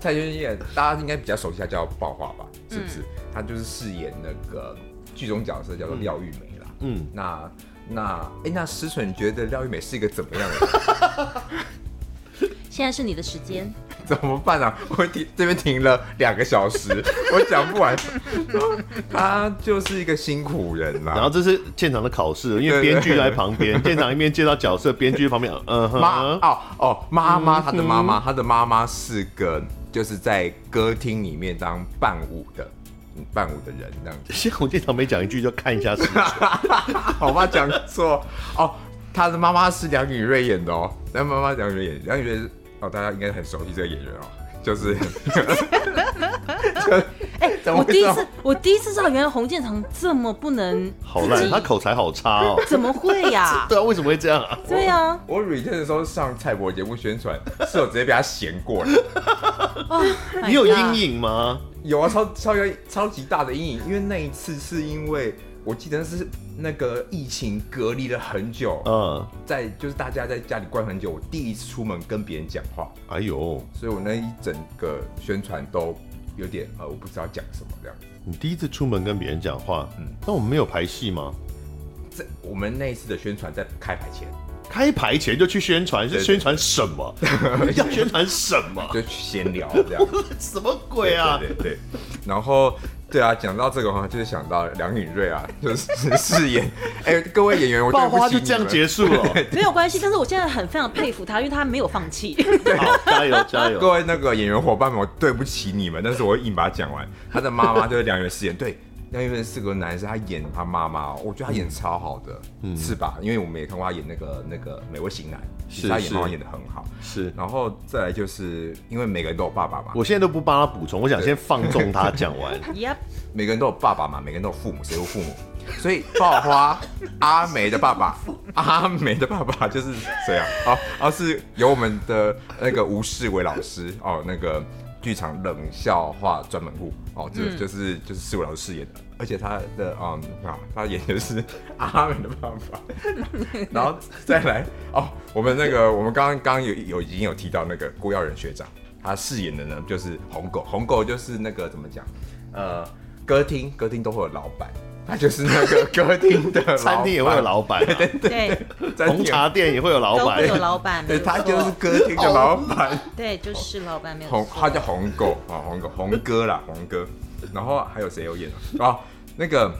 蔡轩燕，大家应该比较熟悉，她叫爆化吧？是不是？她就是饰演那个剧中角色叫做廖玉梅啦。
嗯
嗯，那那哎、那思纯，你觉得廖玉梅是一个怎么样的人？
现在是你的时
(laughs)
间，
怎么办啊？我停这边停了两个小时，我讲不完。 (laughs) 她就是一个辛苦人啊啦、
然后这是现场的考试，因为
对对
编剧在旁边，现场一边介绍角色，编剧旁边嗯
妈
哼，
哦哦，妈妈，她的妈妈，她的妈妈是个就是在歌厅里面当伴舞的，嗯伴舞的人那样子。
现在我经常没讲一句就看一下是不是
好吧，讲错哦，她的妈妈是梁雨瑞演的哦，那妈妈梁雨瑞演，梁雨瑞哦，大家应该很熟悉这个演员哦，就是 (laughs)
哎、
怎么
我
会
第一
这样
次我第一次知道，原来洪建堂这么不能
好
自
烂，
己
他口才好差哦。
怎么会呀、
(laughs) 对啊，为什么会这样啊？
对呀、
我 return 的时候上蔡博节目宣传，是我直接被他闲过了。 (laughs)
啊，
你有
My God
阴影吗？
有啊，超超级超级大的阴影，因为那一次是因为我记得是那个疫情隔离了很久，
嗯，
在就是大家在家里关很久，我第一次出门跟别人讲话，
哎呦，
所以我那一整个宣传都有点呃，我不知道讲什么这样。
你第一次出门跟别人讲话，嗯
嗯，
那我们没有排戏吗？
这我们那一次的宣传在开牌前
开排前就去宣传，是
对对
宣传什么？ (laughs) 要宣传什么？ (laughs)
就去闲聊这样，
什么鬼啊？
对对对，然后。对啊，讲到这个话，就是想到梁允瑞啊，就是饰
(laughs)
演，哎、各位演员，我对
爆
不
花
起
就
你
这样
们
结束了。哦 (laughs)
没有关系，但是我现在很非常佩服他，因为他没有放弃。
好，加油加 (laughs)
各
油！
位那个演员伙伴们，我对不起你们，但是我会硬把它讲完。他的妈妈就是梁元
(laughs)
饰演，对，梁元是个男生，他演他妈妈哦，我觉得他演超好的，
嗯
是吧？因为我们也看过他演那个那个《美味型男》，其
是
实他演妈妈
是
演的很好。
是
然后再来就是因为每个人都有爸爸嘛，
我现在都不帮他补充，我想先放纵他讲完。
yep，
每个人都有爸爸嘛，每个人都有父母，谁有父母？所以爆花阿梅的爸爸，阿梅的爸爸就是谁啊？哦，哦，是由我们的那个吴世伟老师哦，那个剧场冷笑话专门户哦，这、就是就是世伟老师饰演的，而且他的嗯啊，他演的是阿梅的爸爸，然后再来哦，我们那个我们刚刚刚有有已经有提到那个郭耀仁学长，他饰演的呢就是红狗，红狗就是那个怎么讲，呃，歌厅歌厅都会有老板，他就是那个 (laughs) 歌厅的老板
餐厅也会有，老板啊，
对，
(laughs)
餐
红
厅也
茶店也会有老
都会有
板。
老板，
对
没
他
错
就是歌厅的老板，
对，就是老板没有
红
错
他叫红狗啊，红狗红哥啦，红哥，然后还有谁有
(laughs)
演啊？哦，那个。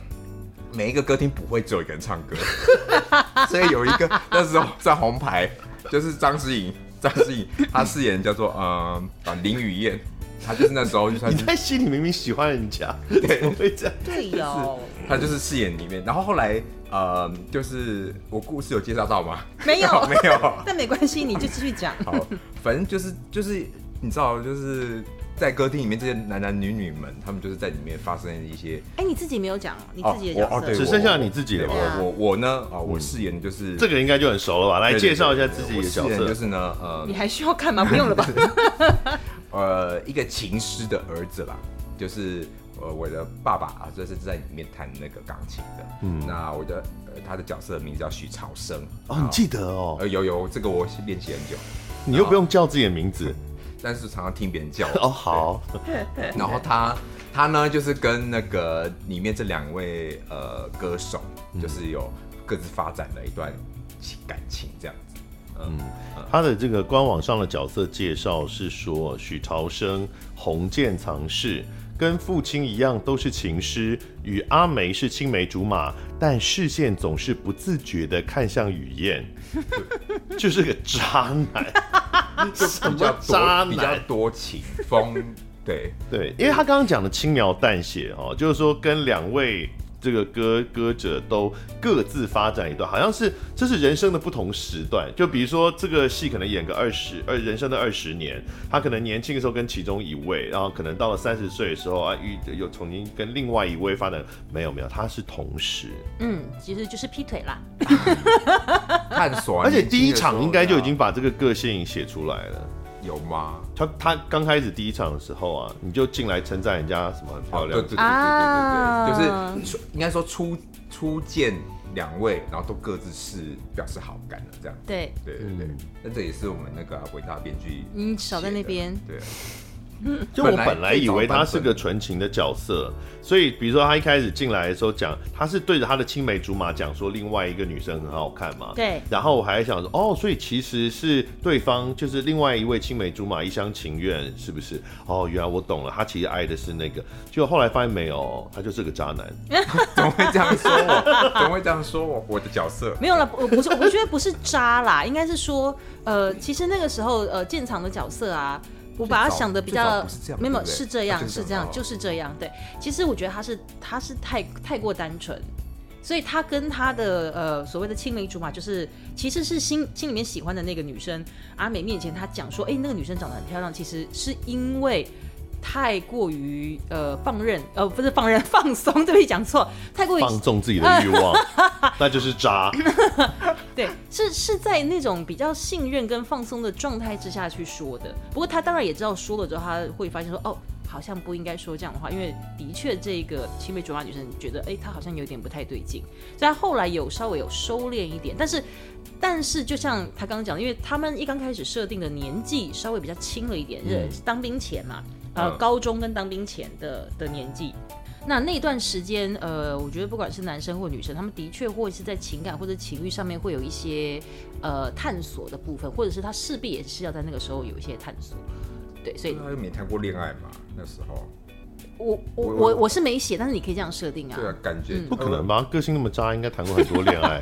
每一个歌厅不会只有一个人唱歌， (laughs) 所以有一个那时候上红牌，就是张诗颖，张诗颖她饰演叫做嗯、呃、林雨燕，她就是那时候就算
你
(laughs)
是
在心里明明喜欢人家， (laughs) 怎么会这样？
对有，
她就是饰演里面，然后后来呃就是我故事有介绍到吗？
没有
(laughs) 没有，
但没关系，你就继续讲。
好，反正就是就是你知道，就是在歌厅里面这些男男女女们，他们就是在里面发生一些
哎，你自己没有讲哦，你
哦
自己的
我
角
哦对
色
只剩下你自己了
对
吗
对？啊
我我我呢啊，我饰演的就是
这个应该就很熟了吧？来
对对
介绍一下
对
自
对
己
我
的角
饰演
色
就。是呢呃
你还需要看吗？不用了
(laughs)
吧？
呃一个琴师的儿子啦，就是。呃，我的爸爸啊，这是在里面弹那个钢琴的。嗯，那我的、呃、他的角色的名字叫许朝生。
哦，你记得哦，
呃，有有，这个我练习很久，
你又不用叫自己的名字。
但是常常听别人叫我。 (laughs)
哦，好，
然后他他呢，就是跟那个里面这两位呃歌手，
嗯
就是有各自发展了一段情感情这样子。
他的这个官网上的角色介绍是说，许朝生、洪建藏氏跟父亲一样都是琴师，与阿梅是青梅竹马，但视线总是不自觉的看向雨燕， (laughs) 就是个渣男。什
比
么
较多
渣
比较
男？
多情风，对
对，因为他刚刚讲的轻描淡写哦，就是说跟两位这个歌歌者都各自发展一段，好像是这是人生的不同时段。就比如说这个戏可能演个二十，呃，人生的二十年，他可能年轻的时候跟其中一位，然后可能到了三十岁的时候啊，遇又重新跟另外一位发展，没有没有，他是同时，
嗯，其实就是劈腿啦。
探索啊。
而且
年轻
第一
的时
场
候
应该就已
啊
经把这个个性写出来了。
有吗？
他他刚开始第一场的时候啊，你就进来称赞人家什么很漂
哦，对
亮
对对对对，
啊
哦对，就是初应该说初初见两位，然后都各自是表示好感了这样。
对，
对对
嗯
对，那这也是我们那个啊伟大编剧写的。
你少在那边
对。
就我本来以为他是个纯情的角色，所以比如说他一开始进来的时候讲，他是对着他的青梅竹马讲说另外一个女生很好看嘛。
对
然后我还想说，哦，所以其实是对方就是另外一位青梅竹马一厢情愿，是不是？哦，原来我懂了，他其实爱的是那个。结果后来发现没有，他就是个渣男。
怎么会这样说
(laughs)
我？怎么会这样说我？我的角色
没有了，我不是，我觉得不是渣啦，应该是说，呃，其实那个时候，呃，建厂的角色啊，我把他
最早
想的比
最
较
早不是这样
没有
对不对
是这样
啊就是是
这
这样
样
哦
就是这样，对，其实我觉得他是他是太太过单纯，所以他跟他的呃所谓的青梅竹马，就是其实是心心里面喜欢的那个女生阿美面前，他讲说，哎、那个女生长得很漂亮，其实是因为太过于呃放任，呃不是放任 (laughs) 放松，对不起讲错，太过于
放纵自己的欲望，那就是渣。
对，是是在那种比较信任跟放松的状态之下去说的。不过他当然也知道说了之后，他会发现说，哦，好像不应该说这样的话，因为的确这个青梅竹马女生觉得，哎，她好像有点不太对劲，所以她后来有稍微有收敛一点。但是，但是就像他刚刚讲的，因为他们一刚开始设定的年纪稍微比较轻了一点，
嗯
是当兵前嘛，呃，
嗯
高中跟当兵前的的年纪。那那段时间，呃，我觉得不管是男生或女生，他们的确或是在情感或者情欲上面会有一些呃探索的部分，或者是他势必也是要在那个时候有一些探索。对，所以
他又没谈过恋爱嘛，那时
啊
候，
我我
我
我我是没写，但是你可以这样设定啊。
对啊，感觉
嗯
不可能吧？个性那么渣，应该谈过很多恋爱。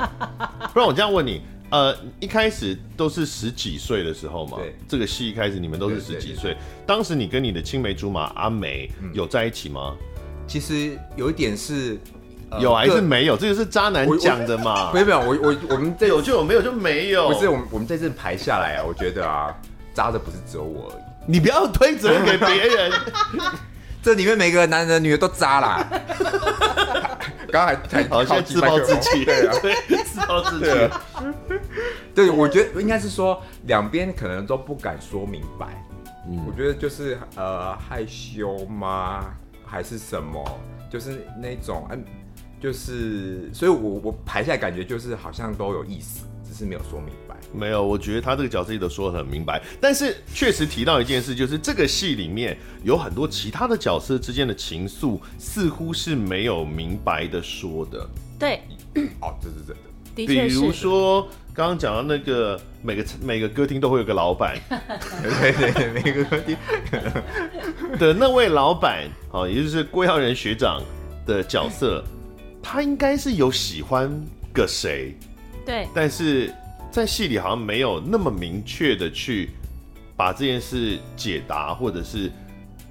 不然我这样问你，呃，一开始都是十几岁的时候嘛
对，
这个戏一开始你们都是十几
对
岁，当时你跟你的青梅竹马阿梅有在一起吗？
其实有一点是，呃
有啊还
个
是没有？这个是渣男
我我
讲的嘛
没？有没有，我我我们这
有就有，没有就没有。
不是我们我们在这排下来啊，我觉得啊，渣的不是只有我而已，
你不要推责任给别人。
这里面每个男的女的都
(laughs)
渣啦。刚刚还还
好，
靠
现在
近
自
麦
暴
克
自
风
弃，
对啊，
对，自暴自
对
弃
啊。对，我觉得应该是说两边可能都不敢说明白。
嗯
我觉得就是呃害羞吗，还是什么？就是那种嗯，就是所以我，我排下来感觉就是好像都有意思，只是没有说明
(laughs)
白。
没有，我觉得他这个角色也都说得很明白，但是确实提到一件事，就是这个戏里面有很多其他的角色之间的情愫，似乎是没有明白的说的。
对，
哦，这是真的。
比
的确
如
是。
说刚刚讲到那个每个每个歌厅都会有个老板
对对对，每个 (laughs) 问题
的那位老板，哦，也就是郭耀仁学长的角色，他应该是有喜欢个谁，
对，
但是在戏里好像没有那么明确的去把这件事解答，或者是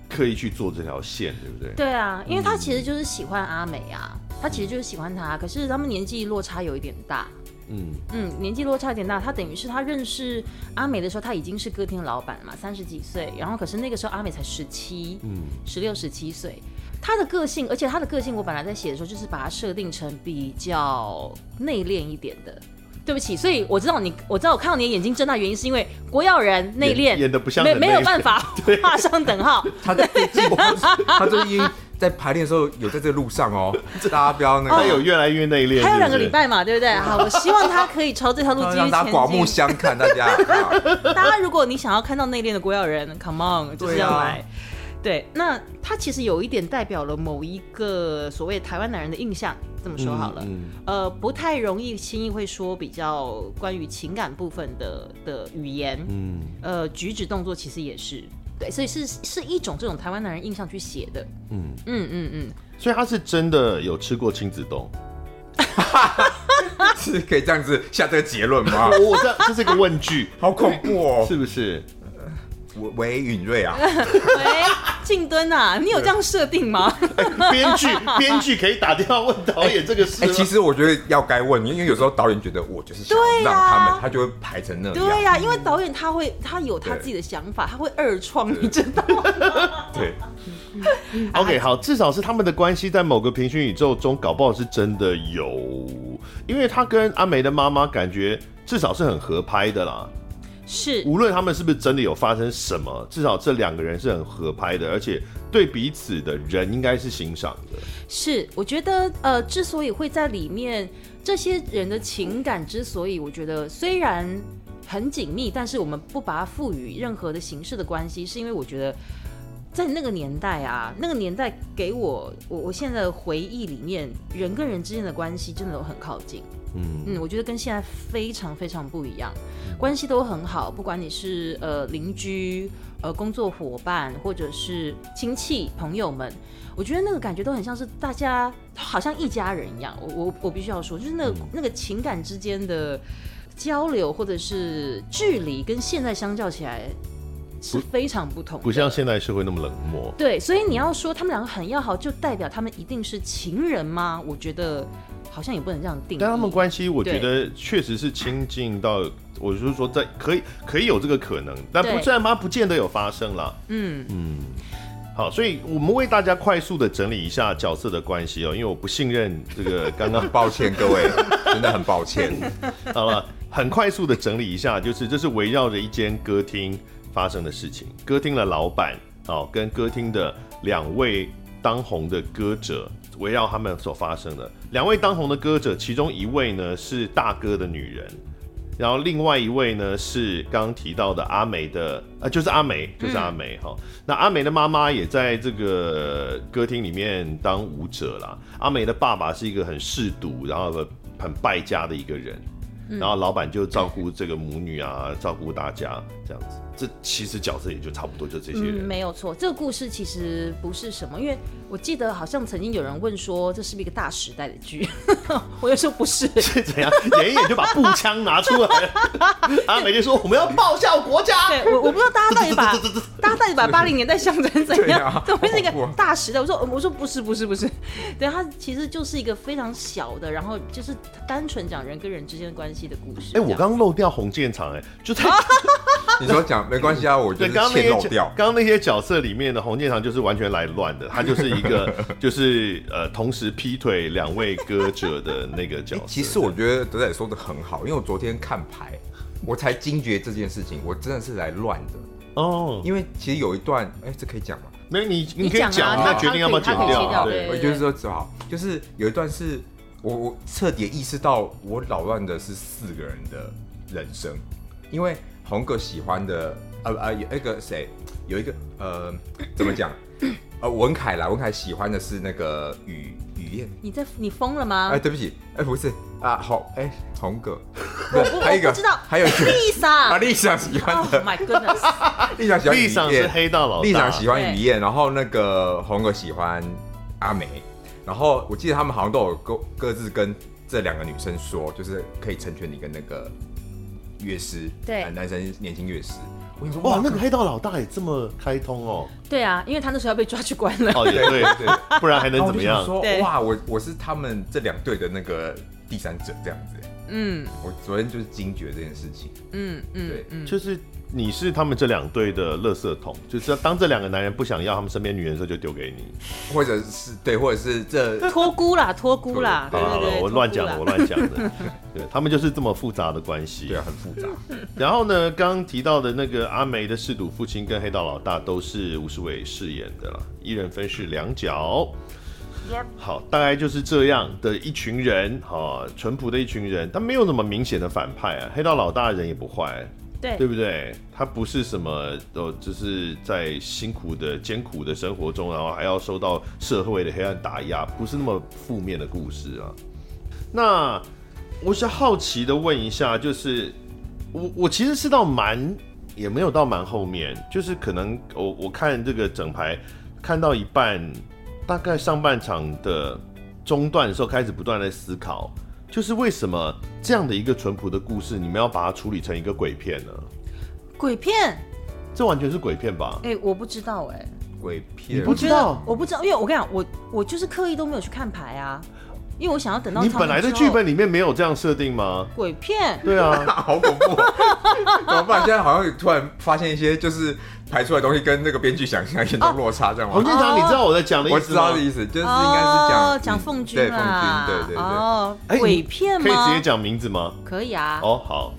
刻意去做这条线，对不对？
对啊，因为他其实就是喜欢阿美啊，他其实就是喜欢她，可是他们年纪落差有一点大。
嗯，
嗯，年纪落差有点大。他等于是他认识阿美的时候，他已经是歌厅老板了嘛，三十几岁。然后可是那个时候阿美才十七，嗯，十六十七岁。他的个性，而且他的个性，我本来在写的时候就是把它设定成比较内敛一点的。对不起，所以我知道你，我知道我看到你的眼睛睁大，原因是因为国药人内敛
演演得不像
没
很
没有
内敛
办法
(laughs)
画上等号。
他在他最近在排练的时候有在这个路上哦，大家不要那
他
个
有越来越内敛，是
还有
不是
两个礼，拜嘛，对不对？好，我希望他可以朝这条路继续
让
前
大家刮目 (laughs)
进。
相看，大家。啊
大家如果你想要看到内敛的郭耀仁，Come on，就是要
对啊
来。对，那他其实有一点代表了某一个所谓台湾男人的印象，这么说好了，
嗯
呃，不太容易轻易会说比较关于情感部分的的语言，
嗯，
呃，举止动作其实也是，对，所以是是一种这种台湾男人印象去写的，
嗯
嗯嗯嗯，
所以他是真的有吃过亲子冻。
是可以这样子下这个结论吗？
哦我我这样这是一个问句，
好恐怖 (laughs) 哦！
是不是？
我喂允瑞啊，
喂，静敦啊，你有这样设定吗？
编剧编剧可以打电话问导演这个事
(laughs) 哎、
吗？
其实我觉得要该问，因为有时候导演觉得我就是想
对
让
啊
他们，他就会排成那样。
对啊呀、因为导演他会，他有他自己的想法，他会二创，你知道吗？
对哎
OK，好，至少是他们的关系在某个平行宇宙中，搞不好是真的有，因为他跟阿梅的妈妈感觉至少是很合拍的啦。
是
无论他们是不是真的有发生什么，至少这两个人是很合拍的，而且对彼此的人应该是欣赏的。
是，我觉得呃，之所以会在里面，这些人的情感之所以，我觉得虽然很紧密，但是我们不把它赋予任何的形式的关系，是因为我觉得。在那个年代啊，那个年代给我我我现在的回忆里面，人跟人之间的关系真的都很靠近。嗯，我觉得跟现在非常非常不一样，关系都很好，不管你是呃邻居、呃工作伙伴，或者是亲戚朋友们，我觉得那个感觉都很像是大家好像一家人一样。我我我必须要说，就是那个、那个情感之间的交流或者是距离，跟现在相较起来是非常不同的
不像现代社会那么冷漠。
对，所以你要说他们两个很要好，就代表他们一定是情人吗？我觉得好像也不能这样定
啊
义。
但他们关系，我觉得确实是亲近到，我就是说在可以可以有这个可能，但不
对
然吗？不见得有发生啦。
嗯，
好，所以我们为大家快速的整理一下角色的关系哦，因为我不信任这个刚刚
很抱歉各位，真的很抱歉。
(laughs)
好了，很快速的整理一下，就是这是围绕着一间歌厅发生的事情。歌厅的老板哦，跟歌厅的两位当红的歌者，围绕他们所发生的两位当红的歌者，其中一位呢是大哥的女人，然后另外一位呢是刚提到的阿梅的，呃，就是阿梅，
嗯
就是阿梅哈、那阿梅的妈妈也在这个歌厅里面当舞者啦。阿梅的爸爸是一个很嗜赌，然后很败家的一个人。
嗯
然后老板就照顾这个母女啊，照顾大家这样子。这其实角色也就差不多就这些
嗯，
人。
没有错。这个故事其实不是什么，因为我记得好像曾经有人问说，这是不是一个大时代的剧？ (laughs) 我就说不是，
是 (laughs) 怎样？演一演就把步枪拿出
(laughs)
来，阿梅就说我们要报效国家。
对我我不知道大家到底把
这这这这
大家到底把八零年代想成怎
对
样？
啊
怎么会是一个
好恐怖啊
大时代？我说嗯我说不是不是不是，对，它其实就是一个非常小的，然后就是单纯讲人跟人之间关系的故事。
哎，我
这样
刚刚漏掉红建厂，哎，就
哦
在
你说讲没关系啊，我就
对
是
刚刚那
欠漏
些角
掉。
刚刚那些角色里面的洪建堂就是完全来乱的，他就是一
(laughs)
个就是呃同时劈腿两位歌者的那个角
哎
色。
其实我觉得德仔说的很好，因为我昨天看牌，我才惊觉这件事情，我真的是来乱的。
哦，
因为其实有一段，哎、这可以讲吗？
没有你你
你
可以
讲啊
讲，那
他
决定要不要
他
剪
可以切
掉？
掉
对，
我就是说只好，就是有一段是我我彻底意识到我扰乱的是四个人的人生，因为红哥喜欢的呃呃有那个谁有一个
(coughs)
呃怎么讲呃文凯啦，文凯喜欢的是那个雨雨燕。
你在你疯了
哎、
吗？
对不起，哎、不是啊，红哎、红哥，
我
对
不
还有一
我
个
不知道
还有一个啊，
Lisa。
丽莎喜欢
Oh
的，(laughs)
my goodness！
丽莎喜欢雨
立场
燕
是黑道老大，
丽长喜欢
对
雨燕，然后那个红哥喜欢阿梅，然后我记得他们好像都有各各自跟这两个女生说，就是可以成全你跟那个乐师，
对
呃男生年轻乐师。我想说，
哇
哇，，
那个黑道老大也这么开通哦，
对啊，因为他那时候要被抓去关了。
哦也
对对
对，
对，然
不然还能
后我
怎
就
么
想
样？
说
对，
哇，我我是他们这两队的那个第三者这样子。
嗯
我昨天就是惊觉这件事情，
嗯嗯
对 (laughs)
嗯，
就是你是他们这两队的垃圾桶，就是当这两个男人不想要他们身边女人的时候，就丢给你。
或者是对，或者是这
托孤啦，托孤啦，
好
对
了好
对
了，
对，
我乱讲的，
托
我
孤啦
乱讲的。对他们就是这么复杂的关系。
对啊，很复杂。
然后呢，刚刚提到的那个阿梅的嗜赌父亲跟黑道老大都是吴世伟饰演的啦，一人分饰两角。好，大概就是这样的一群人，哈、淳朴的一群人，但没有什么明显的反派啊。黑道老大人也不坏，对
对，
不对？他不是什么哦，就是在辛苦的、艰苦的生活中，然后还要受到社会的黑暗打压，不是那么负面的故事啊。那我是好奇的问一下，就是我我其实是到蛮也没有到蛮后面，就是可能我我看这个整排看到一半，大概上半场的中段的时候开始不断的思考，就是为什么这样的一个淳朴的故事，你们要把它处理成一个鬼片呢？
鬼片，
这完全是鬼片吧？
哎，我不知道哎，
鬼片，
你不
我觉
知
得
道
我不知道，因为我跟你讲，我我就是刻意都没有去看牌啊，因为我想要等到
你
他
本来
们
的
之
剧
后
本里面没有这样设定吗？
鬼片，
对啊，
好恐怖、 (laughs) 哦！怎么办？现在好像突然发现一些就是排出来的东西跟那个编剧想象严重落差，这样
洪
吗？
建长，你知道我在讲的意
我
思
知
吗
道的？意思，就是应该是
哦
讲，嗯
讲凤君啦，
对凤君，对对对。
哦
哎，你
鬼片
可以
吗？
直接讲名字吗？
可以啊，
哦，好，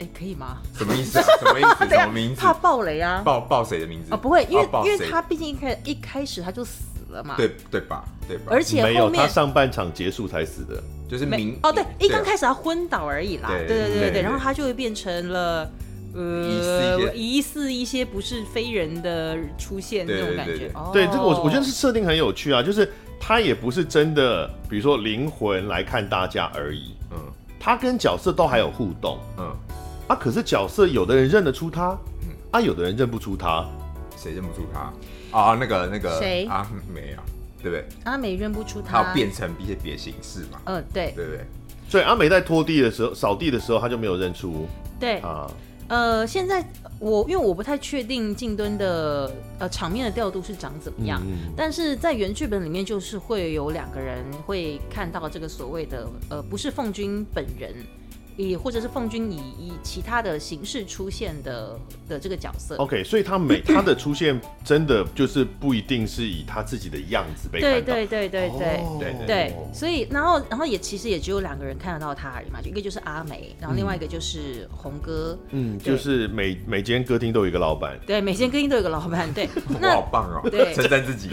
哎，可以吗？
什么意思、啊？ (laughs) 什么意思？
等一
什
下
么名字
怕？爆雷啊？
报报谁的名字？
啊，不会，因为
哦报
因为
谁
他毕竟一开一开始他就死了嘛，
对对吧？对吧？
而且
没
后
有，
面
他上半场结束才死的。
就是
没
名
哦，对，一刚
始
开始他昏倒而已啦，
啊对
对对对
对
对
对
然后他就会变成了。
疑似一
呃，
些
疑似一些不是非人的出现
对
那种感
对
觉
对对，
哦
对，这个我我觉得是设定很有趣啊，就是他也不是真的，比如说灵魂来看大家而已，
嗯
他跟角色都还有互动
嗯，
啊。可是角色有的人认得出他，啊，有的人认不出他。
谁认不出他？啊，那个那个
谁
啊，没有，对不对？
阿啊美认不出
他有变成一些别形式嘛，
嗯，对
对不对？
所以阿美在拖地的时候、扫地的时候，他就没有认出
对，
啊。
呃，现在我因为我不太确定静敦的呃场面的调度是长怎么样，
嗯
但是在原剧本里面就是会有两个人会看到这个所谓的呃不是凤君本人，以或者是凤君以以其他的形式出现的的这个角色。
OK，所以他每他的出现真的就是不一定是以他自己的样子被看
对
到，
对对对对。
哦
对对
对，所以然后然后也其实也只有两个人看得到他而已嘛，就一个就是阿梅，然后另外一个就是红哥。
嗯，
对
就是每每间歌厅都有一个老板，
对，每间歌厅都有个老
(laughs)
板。对，
我好
那
棒哦，
对
称赞自己，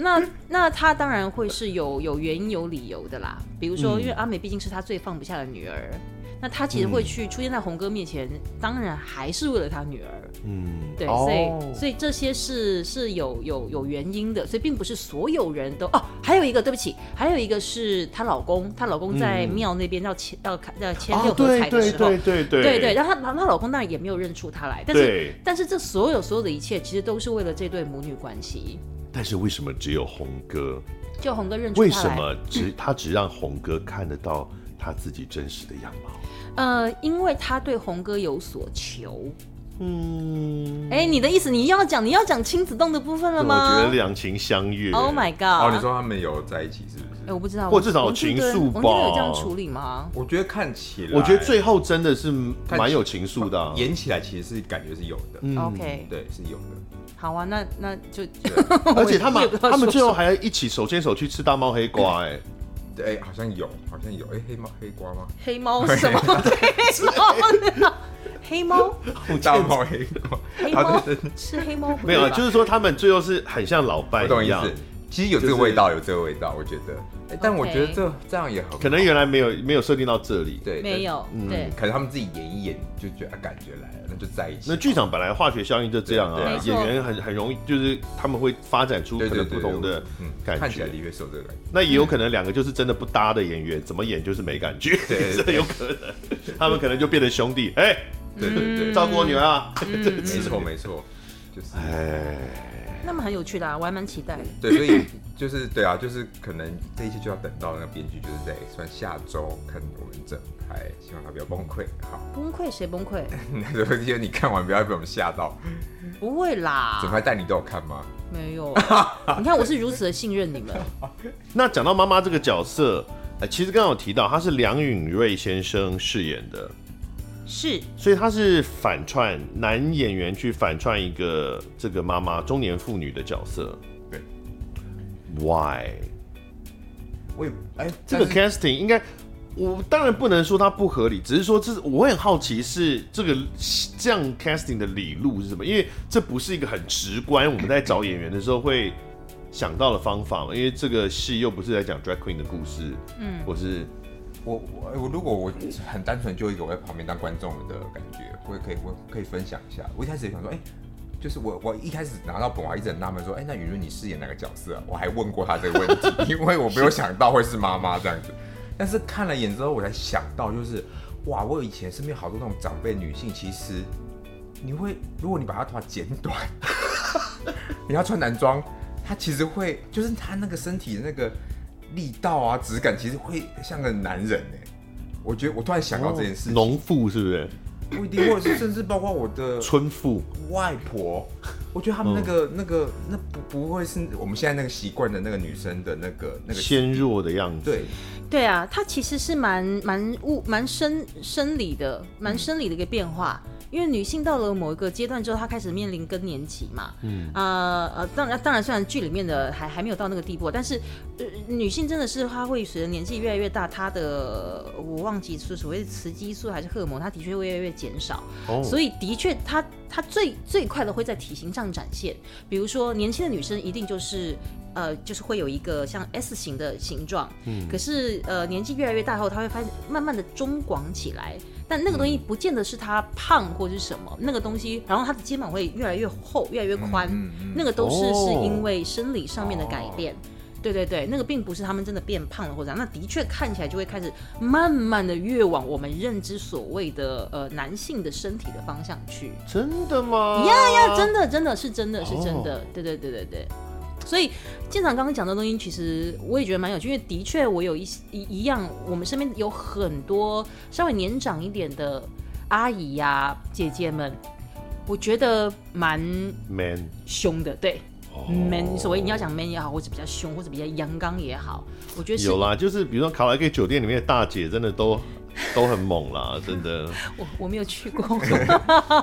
那那他当然会是有有原因有理由的啦，比如
嗯
说，因为阿美毕竟是他最放不下的女儿，那他其实会去出现在红哥面前，当然还是为了他女儿。
嗯，
对，
哦
所以所以这些是是有有有原因的，所以并不是所有人都哦。还有一个，对不起，还有一个是她老公，她老公在
嗯
庙那边要签要看要签
哦
六，合
对
彩的
对
时候，
对对对
对对，然后她她老公当然也没有认出她来，但是
对，
但是这所有所有的一切，其实都是为了这对母女关系。
但是为什么只有红哥？
就红哥认出
为
她
什
来，
么只他只让红哥看得到他自己真实的样貌？
呃，因为他对红哥有所求。
嗯，
哎、你的意思，你要讲你要讲亲子洞的部分了
我觉得
吗
两情相悦。
？Oh my
哦，
god！
你说他们有在一起是不
哎、
是？
我不知道，
或至少
王志
情
敦
愫
王志敦有这样
吧
处理吗？
我觉得看起来，
我觉得最后真的是蛮有情愫的啊、
演起来其实是感觉是有的，
嗯
(laughs) OK，
对，是有的，
好啊，那那就
而且他
我
们
也不知道
他们
说
最后
什么
还一起手牵手去吃大猫黑瓜、
(laughs)
哎，
对，哎好像有，好像有，哎，黑猫黑瓜吗？
黑猫是
(laughs)
什么黑猫？ (laughs) 黑猫
大猫黑瓜，
黑
好
猫
对对对
是黑猫回来吧，
没有啊，就是说他们最后是很像老伴
我懂
一
意
样
思，，其实有这个
就是
味道，有这个味道，我觉得，哎但我觉得这这样也很好，
可能原来没有没有设定到这里。
对
没，有
嗯
对。
但可能他们自己演一演就觉得啊感觉来了，那就在一起，
那剧场本来化学效应就这样
对
啊
没，错
演员很很容易就是他们会发展出可
对对
能
对
不同的
嗯
感
看起来
觉，
的确是有这个感觉，
那也有可能两个就是真的不搭的演员，怎么演就是没感觉，
对对
这有可能，他们可能就变成兄弟，哎，
对对
嗯
对，
照顾我女儿啊，
嗯没错没错，就是
哎，
那么很有趣的、啊，我还蛮期待的。
对，所以就是对啊，就是可能这一切就要等到那个编剧就是在算下周看我们整排，希望他不要崩溃。好， (laughs)
崩溃谁崩溃？
那就因为你看完不要被我们吓到，
不会
整
啦，
排带你都有看吗？
没有。啊你看我是如此的信任你们，
那讲到妈妈这个角色，哎，其实刚刚有提到她是梁允瑞先生饰演的，
是
所以他是反串男演员去反串一个这个妈妈中年妇女的角色。
对
，Why
我也哎，
这个
但是
casting 应该，我当然不能说它不合理，只是说这是我很好奇是这个这样 casting 的理路是什么，因为这不是一个很直观，我们在找演员的时候会想到的方法嘛，因为这个戏又不是在讲 drag queen 的故事，嗯，或是
我我哎我如果我很单纯就一个我在旁边当观众的感觉，我也可以我可以分享一下。我一开始也想说，哎、就是我我一开始拿到本，我还一直很纳闷说，哎、那雨润你饰演哪个角色、啊？我还问过他这个问题， (laughs) 因为我没有想到会是妈妈这样子。但是看了眼之后，我才想到就是，哇，我以前身边好多那种长辈女性，其实你会，如果你把她头发剪短， (laughs) 你要穿男装，她其实会，就是她那个身体的那个力道啊、质感，其实会像个男人哎、我觉得我突然想到这件事情，
农妇是不是
不一定，或者是甚至包括我的
村妇？
外婆，我觉得他们那个、那个那不不会是我们现在那个习惯的那个女生的那个那个
纤弱的样子，
对
对啊，它其实是蛮蛮物蛮生生理的，蛮生理的一个变化。因为女性到了某一个阶段之后，她开始面临更年期嘛，嗯，呃呃，当然当然，虽然剧里面的还还没有到那个地步，但是、呃、女性真的是她会随着年纪越来越大，她的我忘记是所谓的雌激素还是荷尔蒙，它的确会越来越减少，
哦
所以的确它它最最快的会在体型上展现。比如说年轻的女生一定就是呃，就是会有一个像 S 型的形状，可是呃年纪越来越大后，她会发现慢慢的中广起来。但那个东西不见得是她胖或是什么，那个东西，然后她的肩膀会越来越厚，越来越宽，
嗯嗯
那个都是
哦
是因为生理上面的改变。对对对，那个并不是他们真的变胖了或者怎样，那的确看起来就会开始慢慢的越往我们认知所谓的呃男性的身体的方向去。
真的吗？
呀呀，真的真的是真的是
哦
真的，对对对对对。所以舰长刚刚讲的东西，其实我也觉得蛮有趣，因为的确我有一一一样，我们身边有很多稍微年长一点的。阿姨呀、姐姐们，我觉得蛮
man
凶的，对、
哦
man，所谓你要讲 man 也好，或者比较凶，或者比较阳刚也好，我觉得是
有啦，就是比如说卡拉 OK 酒店里面的大姐，真的都都很猛啦，真
(laughs)
的。
我我没有去
(laughs)
过，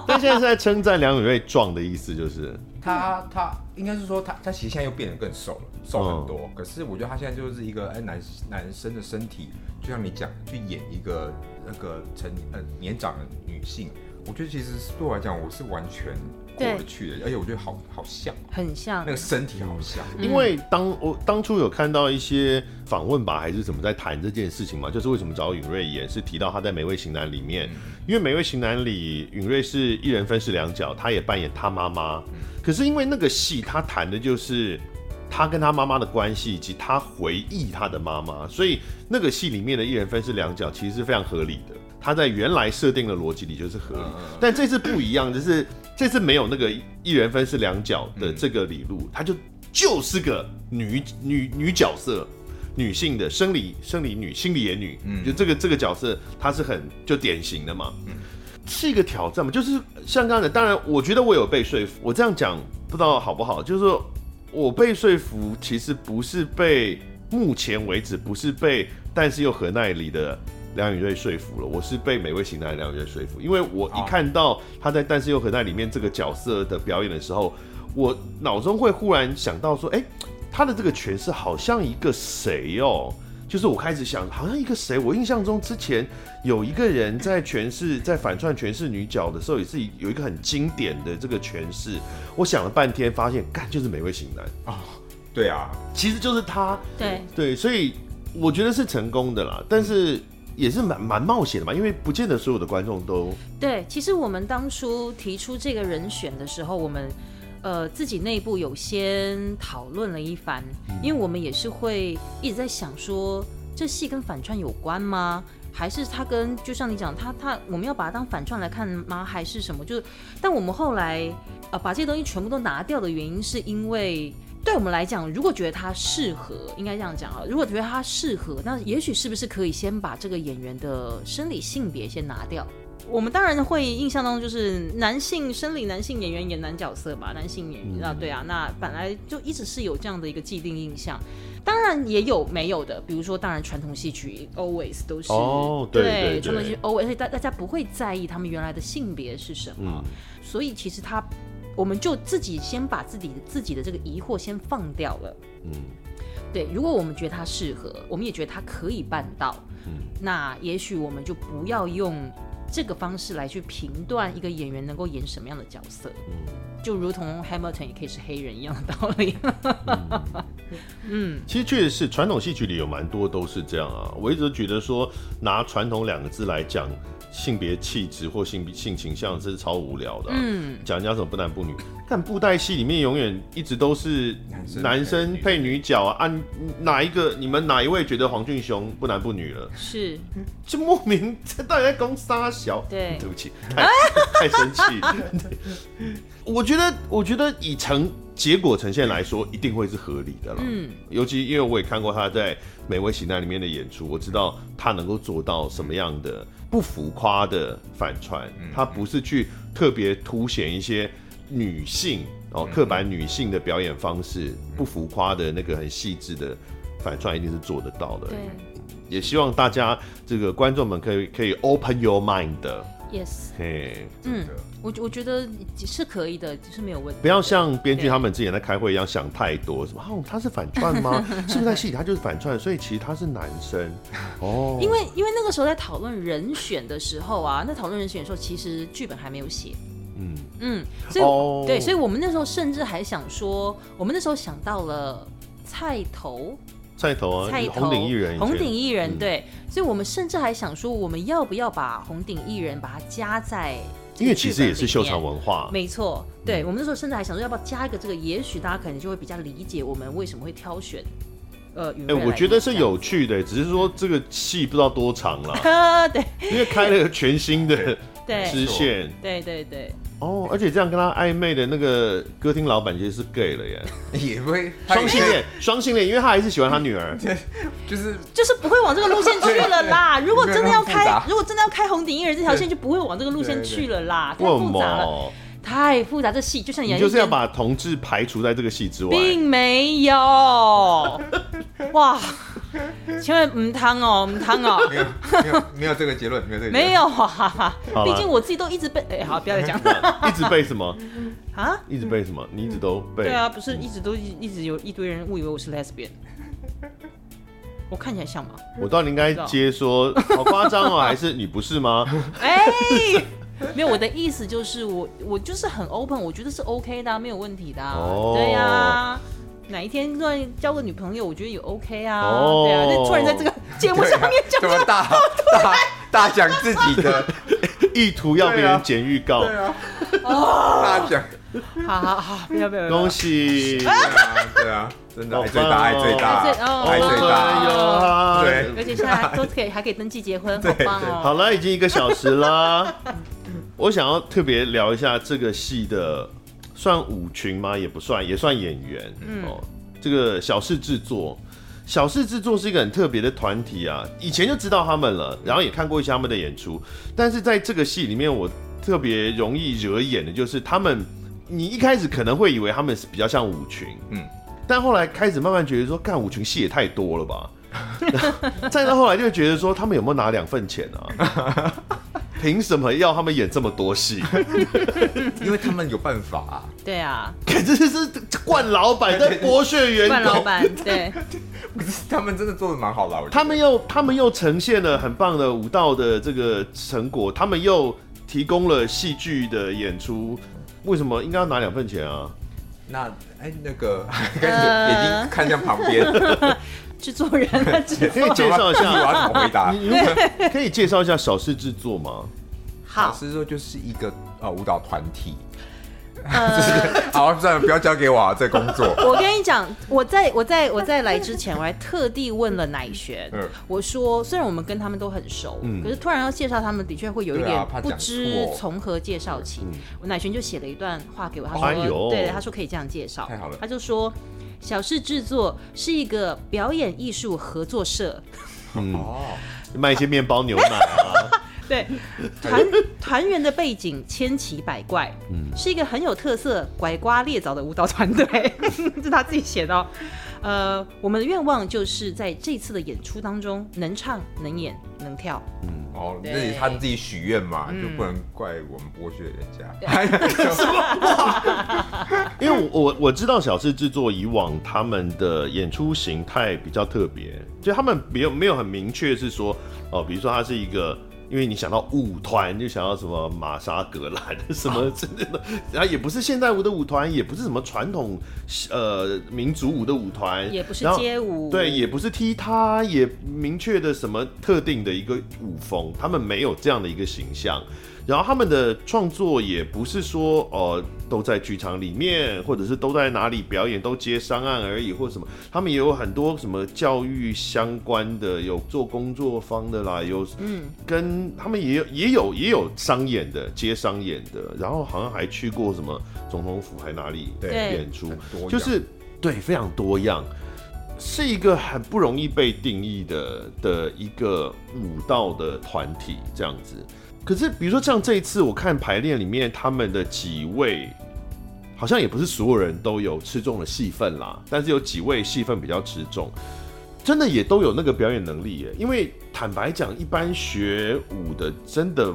但现在是在称赞梁永瑞壮的意思，就是
他他应该是说他他其实现在又变得更瘦了，瘦很多。可是我觉得他现在就是一个哎男男生的身体，就像你讲去演一个那个成呃年长的女性，我觉得其实对我来讲我是完全过
对
得去的，而且我觉得好好像哦
很像
那个身体好像。
嗯
因为当我当初有看到一些访问吧，还是怎么在谈这件事情嘛，就是为什么找允瑞演，是提到他在《美味型男》里面，因为《美味型男》里允瑞是一人分饰两角，他也扮演他妈妈，可是因为那个戏他谈的就是。他跟他妈妈的关系，以及他回忆他的妈妈，所以那个戏里面的一人分饰两角，其实是非常合理的。他在原来设定的逻辑里就是合理，但这次不一样，就是这次没有那个一人分饰两角的这个理路，他就就是个女女女角色，女性的生理生理女、心理也女，就这个这个角色，她是很就典型的嘛，是一个挑战嘛，就是像刚才，当然我觉得我有被说服，我这样讲不知道好不好，就是说我被说服，其实不是被目前为止不是被，但是又何奈里的。梁宇瑞说服了，我是被美味型男梁宇瑞说服，因为我一看到他在《但是又何奈》里面这个角色的表演的时候，我脑中会忽然想到说，哎、他的这个诠释好像一个谁哦，就是我开始想，好像一个谁。我印象中之前有一个人在诠释，在反串诠释女角的时候，也是有一个很经典的这个诠释。我想了半天，发现干就是美味型男，
对啊，
其实就是他。
对
对，所以我觉得是成功的啦，但是也是蛮蛮冒险的嘛，因为不见得所有的观众都
对，其实我们当初提出这个人选的时候，我们呃自己内部有先讨论了一番，
嗯
因为我们也是会一直在想说，这戏跟反串有关吗？还是他跟就像你讲，他他我们要把它当反串来看吗？还是什么？就是，但我们后来呃把这些东西全部都拿掉的原因，是因为对我们来讲，如果觉得他适合，应该这样讲啊，如果觉得他适合，那也许是不是可以先把这个演员的生理性别先拿掉？我们当然会印象当中就是男性生理男性演员演男角色嘛，男性演
嗯
员、啊，对啊，那本来就一直是有这样的一个既定印象。当然也有没有的，比如说，当然传统戏曲 always 都是
哦对对对
传统戏曲 always，而且大大家不会在意他们原来的性别是什
嗯
么，所以其实他我们就自己先把自己自己的这个疑惑先放掉了。对，如果我们觉得他适合，我们也觉得他可以办到，那也许我们就不要用这个方式来去评断一个演员能够演什么样的角色，就如同 Hamilton 也可以是黑人一样的道理。
其实确实是传统戏曲里有蛮多都是这样啊。我一直都觉得说拿传统两个字来讲性别气质或性性倾向，这是超无聊的、嗯，讲人家什么不男不女，但布袋戏里面永远一直都是
男生
男生配女角啊。啊，你哪一个你们哪一位觉得黄俊雄不男不女了？
是，
就莫名这到底在攻杀小？
对
对不起，太太 (laughs) 生气。对我觉得，我觉得以成结果呈现来说，一定会是合理的了。嗯，尤其因为我也看过他在《美味喜难》里面的演出，我知道他能够做到什么样的不浮夸的反串。他不是去特别凸显一些女性哦刻板女性的表演方式，不浮夸的那个很细致的反串，一定是做得到的。也希望大家这个观众们可以可以 open your mind 的，
，yes，
嘿，
嗯
嗯，我我觉得是可以的，是没有问题。
不要像编剧他们之前在开会一样想太多，什么哦他是反串
(laughs)
吗？是不是在戏里他就是反串？所以其实他是男生哦，
因为因为那个时候在讨论人选的时候啊，那讨论人选的时候，其实剧本还没有写。嗯嗯，所以、
哦
对，所以我们那时候甚至还想说，我们那时候想到了菜头，
菜头啊，
菜头
红顶艺人以前，嗯
红顶艺人对，所以我们甚至还想说，我们要不要把红顶艺人把它加在这
因
个
为
剧
其
本里面，
实也是秀场嗯文化，
没错，对我们那时候甚至还想说，要不要加一个这个？也许大家可能就会比较理解我们为什么会挑选。呃，
哎、我觉得是
(laughs)
有趣的，只是说这个戏不知道多长啦，
啊，对
因为开了全新的
对
支线，
对对对，
哦，而且这样跟他暧昧的那个歌厅老板其实是 gay 了耶，
也不会他
双性
也
恋，双性恋，因为他还是喜欢他女儿。
就是
就是不会往这个路线去了啦。
对
如果真的要
没有那么复
开
杂，
如果真的要开红顶艺人这条线，
对
就不会往这个路线去了啦，太
为什
复杂了，
么？
太复杂。这戏就像演
你就是要把同志排除在这个戏之外。
并没有，哇，千万唔汤哦，唔
(laughs)
汤哦，
没有没有没有这个结论，没有这个结论
没有啊
好啦，
毕竟我自己都一直被，哎、好，不要再讲
(laughs) 一直被什
(laughs)
么？
啊。
一直被什么？你一直都被。
对啊，不是一直都一一直有一堆人误以为我是 lesbian，我看起来像吗？
我到底应该接说好夸张哦，还是你不是吗？
哎、没有，我的意思就是我我就是很 open，我觉得是 OK 的、啊，没有问题的、啊。
哦
对呀、哪一天突然交个女朋友，我觉得也 OK 啊。
哦
对啊，那突然在这
(laughs)
个节目
对
上
啊
面讲
怎么大大大讲自己的，
意图要别
对
人
啊
剪预告，
对啊，
哦
大讲，
(laughs) 好好好，不要不要不要
啊恭。喜！
对啊对啊，真的
好
爱最
棒
大
哦
爱最大
爱最哦
爱最
哎
大，
哦哎呀
对
而且现
(laughs)
在还都可以还可以登记结婚，好
对
棒哦！
好了，已经一个小时啦。我想要特别聊一下这个戏的，算舞群吗？也不算，也算演员。哦，这个小事制作，小事制作是一个很特别的团体啊。以前就知道他们了，然后也看过一些他们的演出，但是在这个戏里面，我特别容易惹眼的就是他们。你一开始可能会以为他们是比较像舞群，嗯
嗯，
但后来开始慢慢觉得说，干舞群戏也太多了吧，再到后来就会觉得说，他们有没有拿两份钱啊？凭什么要他们演这么多戏？
因为他们有办法啊， (laughs)
对啊，
可这是冠老板在剥削员
冠老
工。
板
(laughs)
对，
可是他们真的做的蛮好的啊，我觉得
他们又他们又呈现了很棒的舞蹈的这个成果，他们又提供了戏剧的演出。为什么应该要拿两份钱
(laughs)
啊？
那哎那个
呃
开始眼睛看向旁
(laughs)
边，
制作人啊，制
可以介绍一
我要
下，
怎么回答？
你你可以介绍一下小事制作吗？
老
好，
师说就是一个呃舞蹈团体，
呃，。
(laughs) 好，算了，不要交给我啊，这工作
我跟你讲，我在我在我在来之前，我还特地问了乃璇
嗯，
我说虽然我们跟他们都很熟，
嗯
可是突然要介绍他们，的确会有一
对啊
点
怕
不
讲
知
错
从何介绍起。我乃璇就写了一段话给我，他
嗯哎呦
说，对，他说可以这样介绍
太好了，
他就说。小事制作是一个表演艺术合作社，
哦，
卖一些面包、牛奶啊？
对，团团员的背景千奇百怪，
嗯
是一个很有特色、拐瓜裂枣的舞蹈团队， (laughs) 这是他自己写的、哦。呃，我们的愿望就是在这次的演出当中，能唱、能演、能跳。
哦，
对
那是他们自己许愿嘛，
嗯
就不能怪我们剥削人家。
因为我我我知道小事制作以往他们的演出形态比较特别，就他们没有没有很明确是说哦，比如说它是一个，因为你想到舞团就想到什么玛莎格兰 (laughs) 什
啊
么之类的，然后也不是现代舞的舞团，也不是什么传统呃民族舞的舞团，
也不是
哎然后
街舞
对，也不是踢踏，也明确的什么特定的一个舞风，他们没有这样的一个形象。然后他们的创作也不是说呃都在剧场里面，或者是都在哪里表演，都接商案而已，或什么。他们也有很多什么教育相关的，有做工作坊的啦，有嗯，跟他们也有也有也有商演的，接商演的。然后好像还去过什么总统府还哪里
(laughs) 对
演出
很多，样
就是对非常多样。是一个很不容易被定义的的一个舞蹈的团体这样子。可是比如说像这一次我看排练里面他们的几位，好像也不是所有人都有吃中的戏份啦，但是有几位戏份比较吃重。真的也都有那个表演能力耶，因为坦白讲，一般学舞的真的，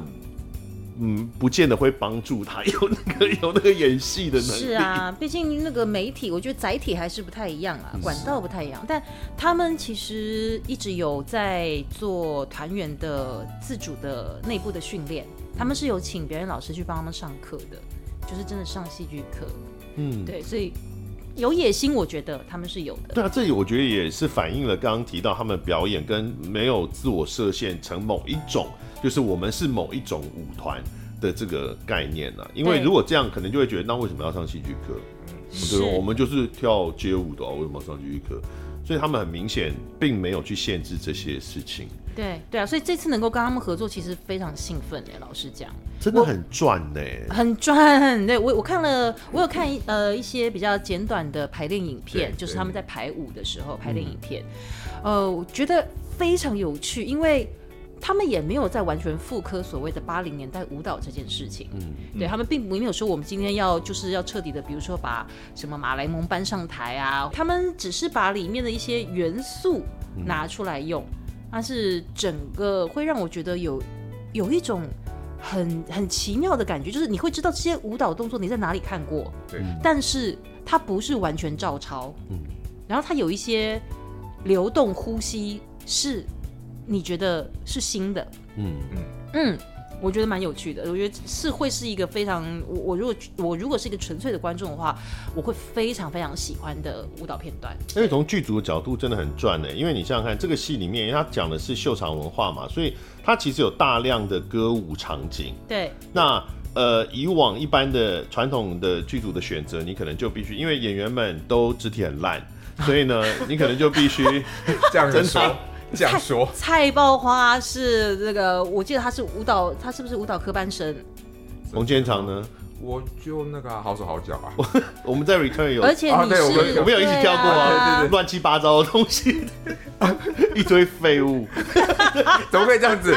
嗯，不见得会帮助他 (laughs) 有那个有那个演戏的能力。
是啊，毕竟那个媒体，我觉得载体还是不太一样
嗯
啊，管道不太一样。但他们其实一直有在做团员的自主的内部的训练，他们是有请表演老师去帮他们上课的，就是真的上戏剧课。
嗯，
对，所以有野心，我觉得他们是有的。
对啊，这里我觉得也是反映了刚刚提到他们表演跟没有自我设限成某一种，就是我们是某一种舞团的这个概念啊。因为
对
如果这样，可能就会觉得那为什么要上戏剧课？
是
对，我们就是跳街舞的、啊，为什么要上戏剧课？所以他们很明显并没有去限制这些事情，
对对啊，所以这次能够跟他们合作，其实非常兴奋哎，老实讲，
真的很赚呢、
很赚。对我我看了，我有看一呃一些比较简短的排练影片，
对
就是
对
他们在排舞的时候排练影片，呃，我觉得非常有趣，因为。他们也没有在完全复刻所谓的八零年代舞蹈这件事情，嗯，对他们并没有说我们今天要就是要彻底的，比如说把什么马来蒙搬上台啊，他们只是把里面的一些元素拿出来用，但是整个会让我觉得有有一种很很奇妙的感觉，就是你会知道这些舞蹈动作你在哪里看过，
对，
但是它不是完全照抄，嗯，然后它有一些流动呼吸是你觉得是新的，
嗯
嗯。我觉得蛮有趣的，我觉得是会是一个非常我我如果我如果是一个纯粹的观众的话，我会非常非常喜欢的舞蹈片段。
因为从剧组的角度真的很赚呢、因为你想想看，这个戏里面，因为它讲的是秀场文化嘛，所以它其实有大量的歌舞场景。
对
那呃，以往一般的传统的剧组的选择，你可能就必须，因为演员们都肢体很
(laughs)
烂，所以呢，你可能就必须
这样子
真的
说，这样说，
菜爆花是这个，我记得他是舞蹈，他是不是舞蹈科班生？
冯建长呢，
我就那个啊好手好脚啊，
我们在 return 有
而且
啊
你
对
是、
我们
我们有一起跳过
啊对对对
乱七八糟的东
(laughs)
西，一堆废物，
(laughs) 怎么可以这 (laughs) 样子？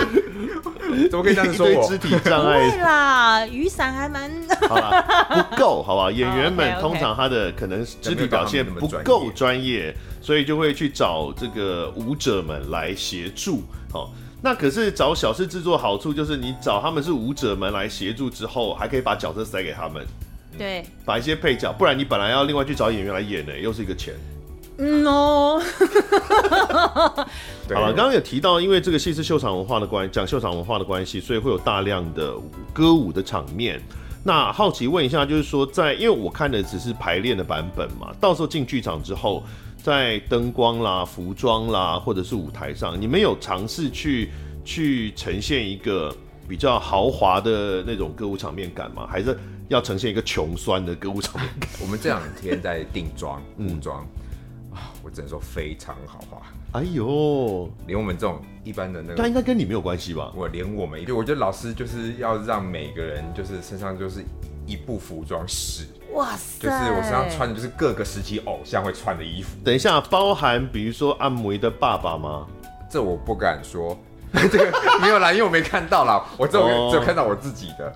怎么可以这样子
一
说
堆肢
我？
体障碍
对啦，雨伞还蛮
好啦，不够，好吧？演员们
OK，OK
通常他的可能肢体表现不够专业，所以就会去找这个舞者们来协助。哦，那可是找小事制作好处就是，你找他们是舞者们来协助之后，还可以把角色塞给他们，
对，
把一些配角，不然你本来要另外去找演员来演的，又是一个钱。
嗯哦，
对
好了，刚刚有提到，因为这个戏是秀场文化的关，讲秀场文化的关系，所以会有大量的舞歌舞的场面。那好奇问一下，就是说在，因为我看的只是排练的版本嘛，到时候进剧场之后，在灯光啦、服装啦，或者是舞台上，你们有尝试去去呈现一个比较豪华的那种歌舞场面感吗？还是要呈现一个穷酸的歌舞场面感？
我们这两天在定妆服装啊，我只能说非常好花，
(laughs) 哎呦，
连我们这种一般的那
但
(laughs) 个，
应该跟你没有关系吧？
我连我们，就我觉得老师就是要让每个人就是身上就是一部服装史，
哇塞，
就是我身上穿的就是各个时期偶像会穿的衣服，
等一下，包含比如说阿梅的爸爸吗？
这我不敢说， (laughs) 这个没有啦，因为我没看到啦，我只有、
哦嗯
只有看到我自己的。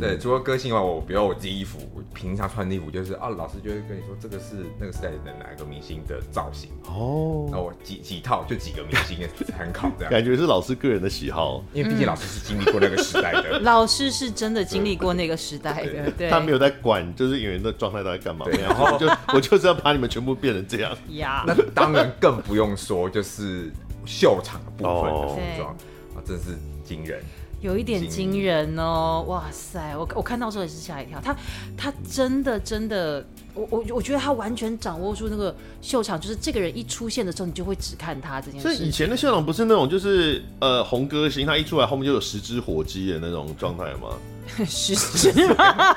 对，除了歌星以外，我比如我自己衣服，我平常穿的衣服就是啊，老师就会跟你说这个是那个时代的哪一个明星的造型，
哦
然后我几几套就几个明星的参考
(laughs)
这样。
感觉是老师个人的喜好，
因为毕竟老师是经历过那个时代的， (laughs)
老师是真的经历过那个时代的，对
他没有在管就是演员的状态到底干嘛，
对
然后我就我就是要把你们全部变成这样。
呀
那当然更不用说就是秀场的部分的服装
哦
啊，真是惊人。
有一点惊人哦，哇塞，我我看到的时候也是吓一跳，他他真的真的，我我我觉得他完全掌握住那个秀场，就是这个人一出现的时候，你就会只看他这件
所以以
事情。
前的校长不是那种就是呃红歌星，他一出来后面就有十只火鸡的那种状态吗？
(laughs) 是是吗？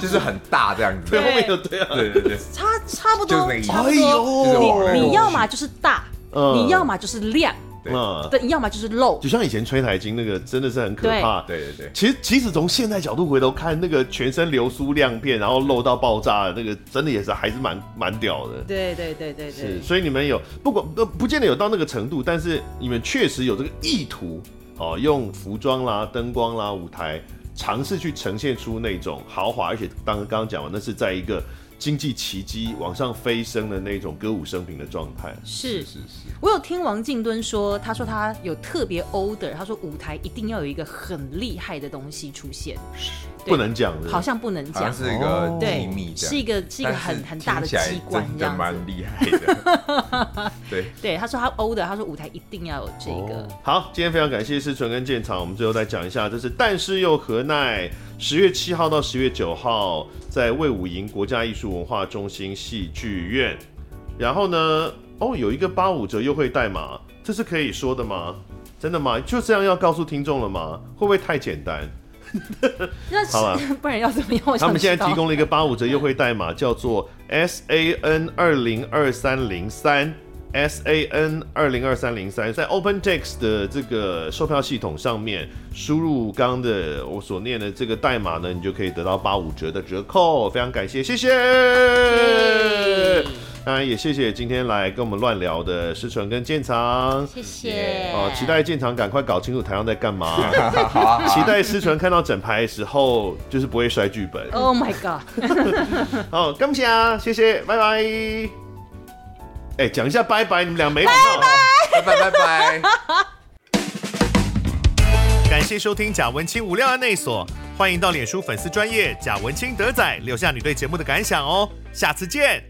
就是很大这样子。
对，后面有对啊，
对对对，
差差不
就是
多
那个，意思
差不
哎
多。
就是往
呦，
那个
你要嘛就是大，
嗯
你要嘛就是亮，
对
嗯，
对，你要嘛就是露
就。像以前吹台金那个真的是很可怕。
对对对，
其实，其实从现在角度回头看，那个全身流苏亮片，然后露到爆炸的那个，真的也是还是蛮蛮屌的。
对对对对
是，
对，
所以你们有不管不不见得有到那个程度，但是你们确实有这个意图哦，用服装啦、灯光啦、舞台，尝试去呈现出那种豪华，而且当刚刚讲完，那是在一个经济奇迹往上飞升的那种歌舞升平的状态。
是
是是，
我有听王静敦说，他说他有特别 order，他说舞台一定要有一个很厉害的东西出现，对
不能讲的，
好像不能
好像
讲，
是一个
对
秘密，这
是一
样。
个是一个很很大的机关
真
这
的
样子。
蛮厉害的。
(laughs)
对，
对，他说他 order，他说舞台一定要有这个
哦。好，今天非常感谢思纯跟建厂，我们最后再讲一下，这是但是又何奈，十月七号到十月九号在魏武营国家艺术文化中心戏剧院，然后呢，哦，有一个八五折优惠代码，这是可以说的吗？真的吗？就这样要告诉听众了吗？会不会太简单？
那
好吧
是 (laughs) 不然要怎么样？我想
他们现在提
知道
供了一个八五折优惠代码，叫做 S A N 二零二三零三。 S A N 二零二三零三，在 OpenText 的这个售票系统上面输入刚刚的我所念的这个代码呢，你就可以得到八五折的折扣。非常感谢，谢谢。当然也谢谢今天来跟我们乱聊的石纯跟建长。
谢
谢
哦，期待建长赶快搞清楚台上在干
(laughs)
嘛。
好啊，
期待思纯看到整排的时候，就是不会摔剧本。
Oh my god！
好，感谢啊，谢谢，拜拜。哎、讲一下拜拜，你们俩没礼貌。
拜拜拜拜。
感谢收听贾文清无料案内所，欢迎到脸书粉丝专业贾文清德仔留下你对节目的感想哦，下次见。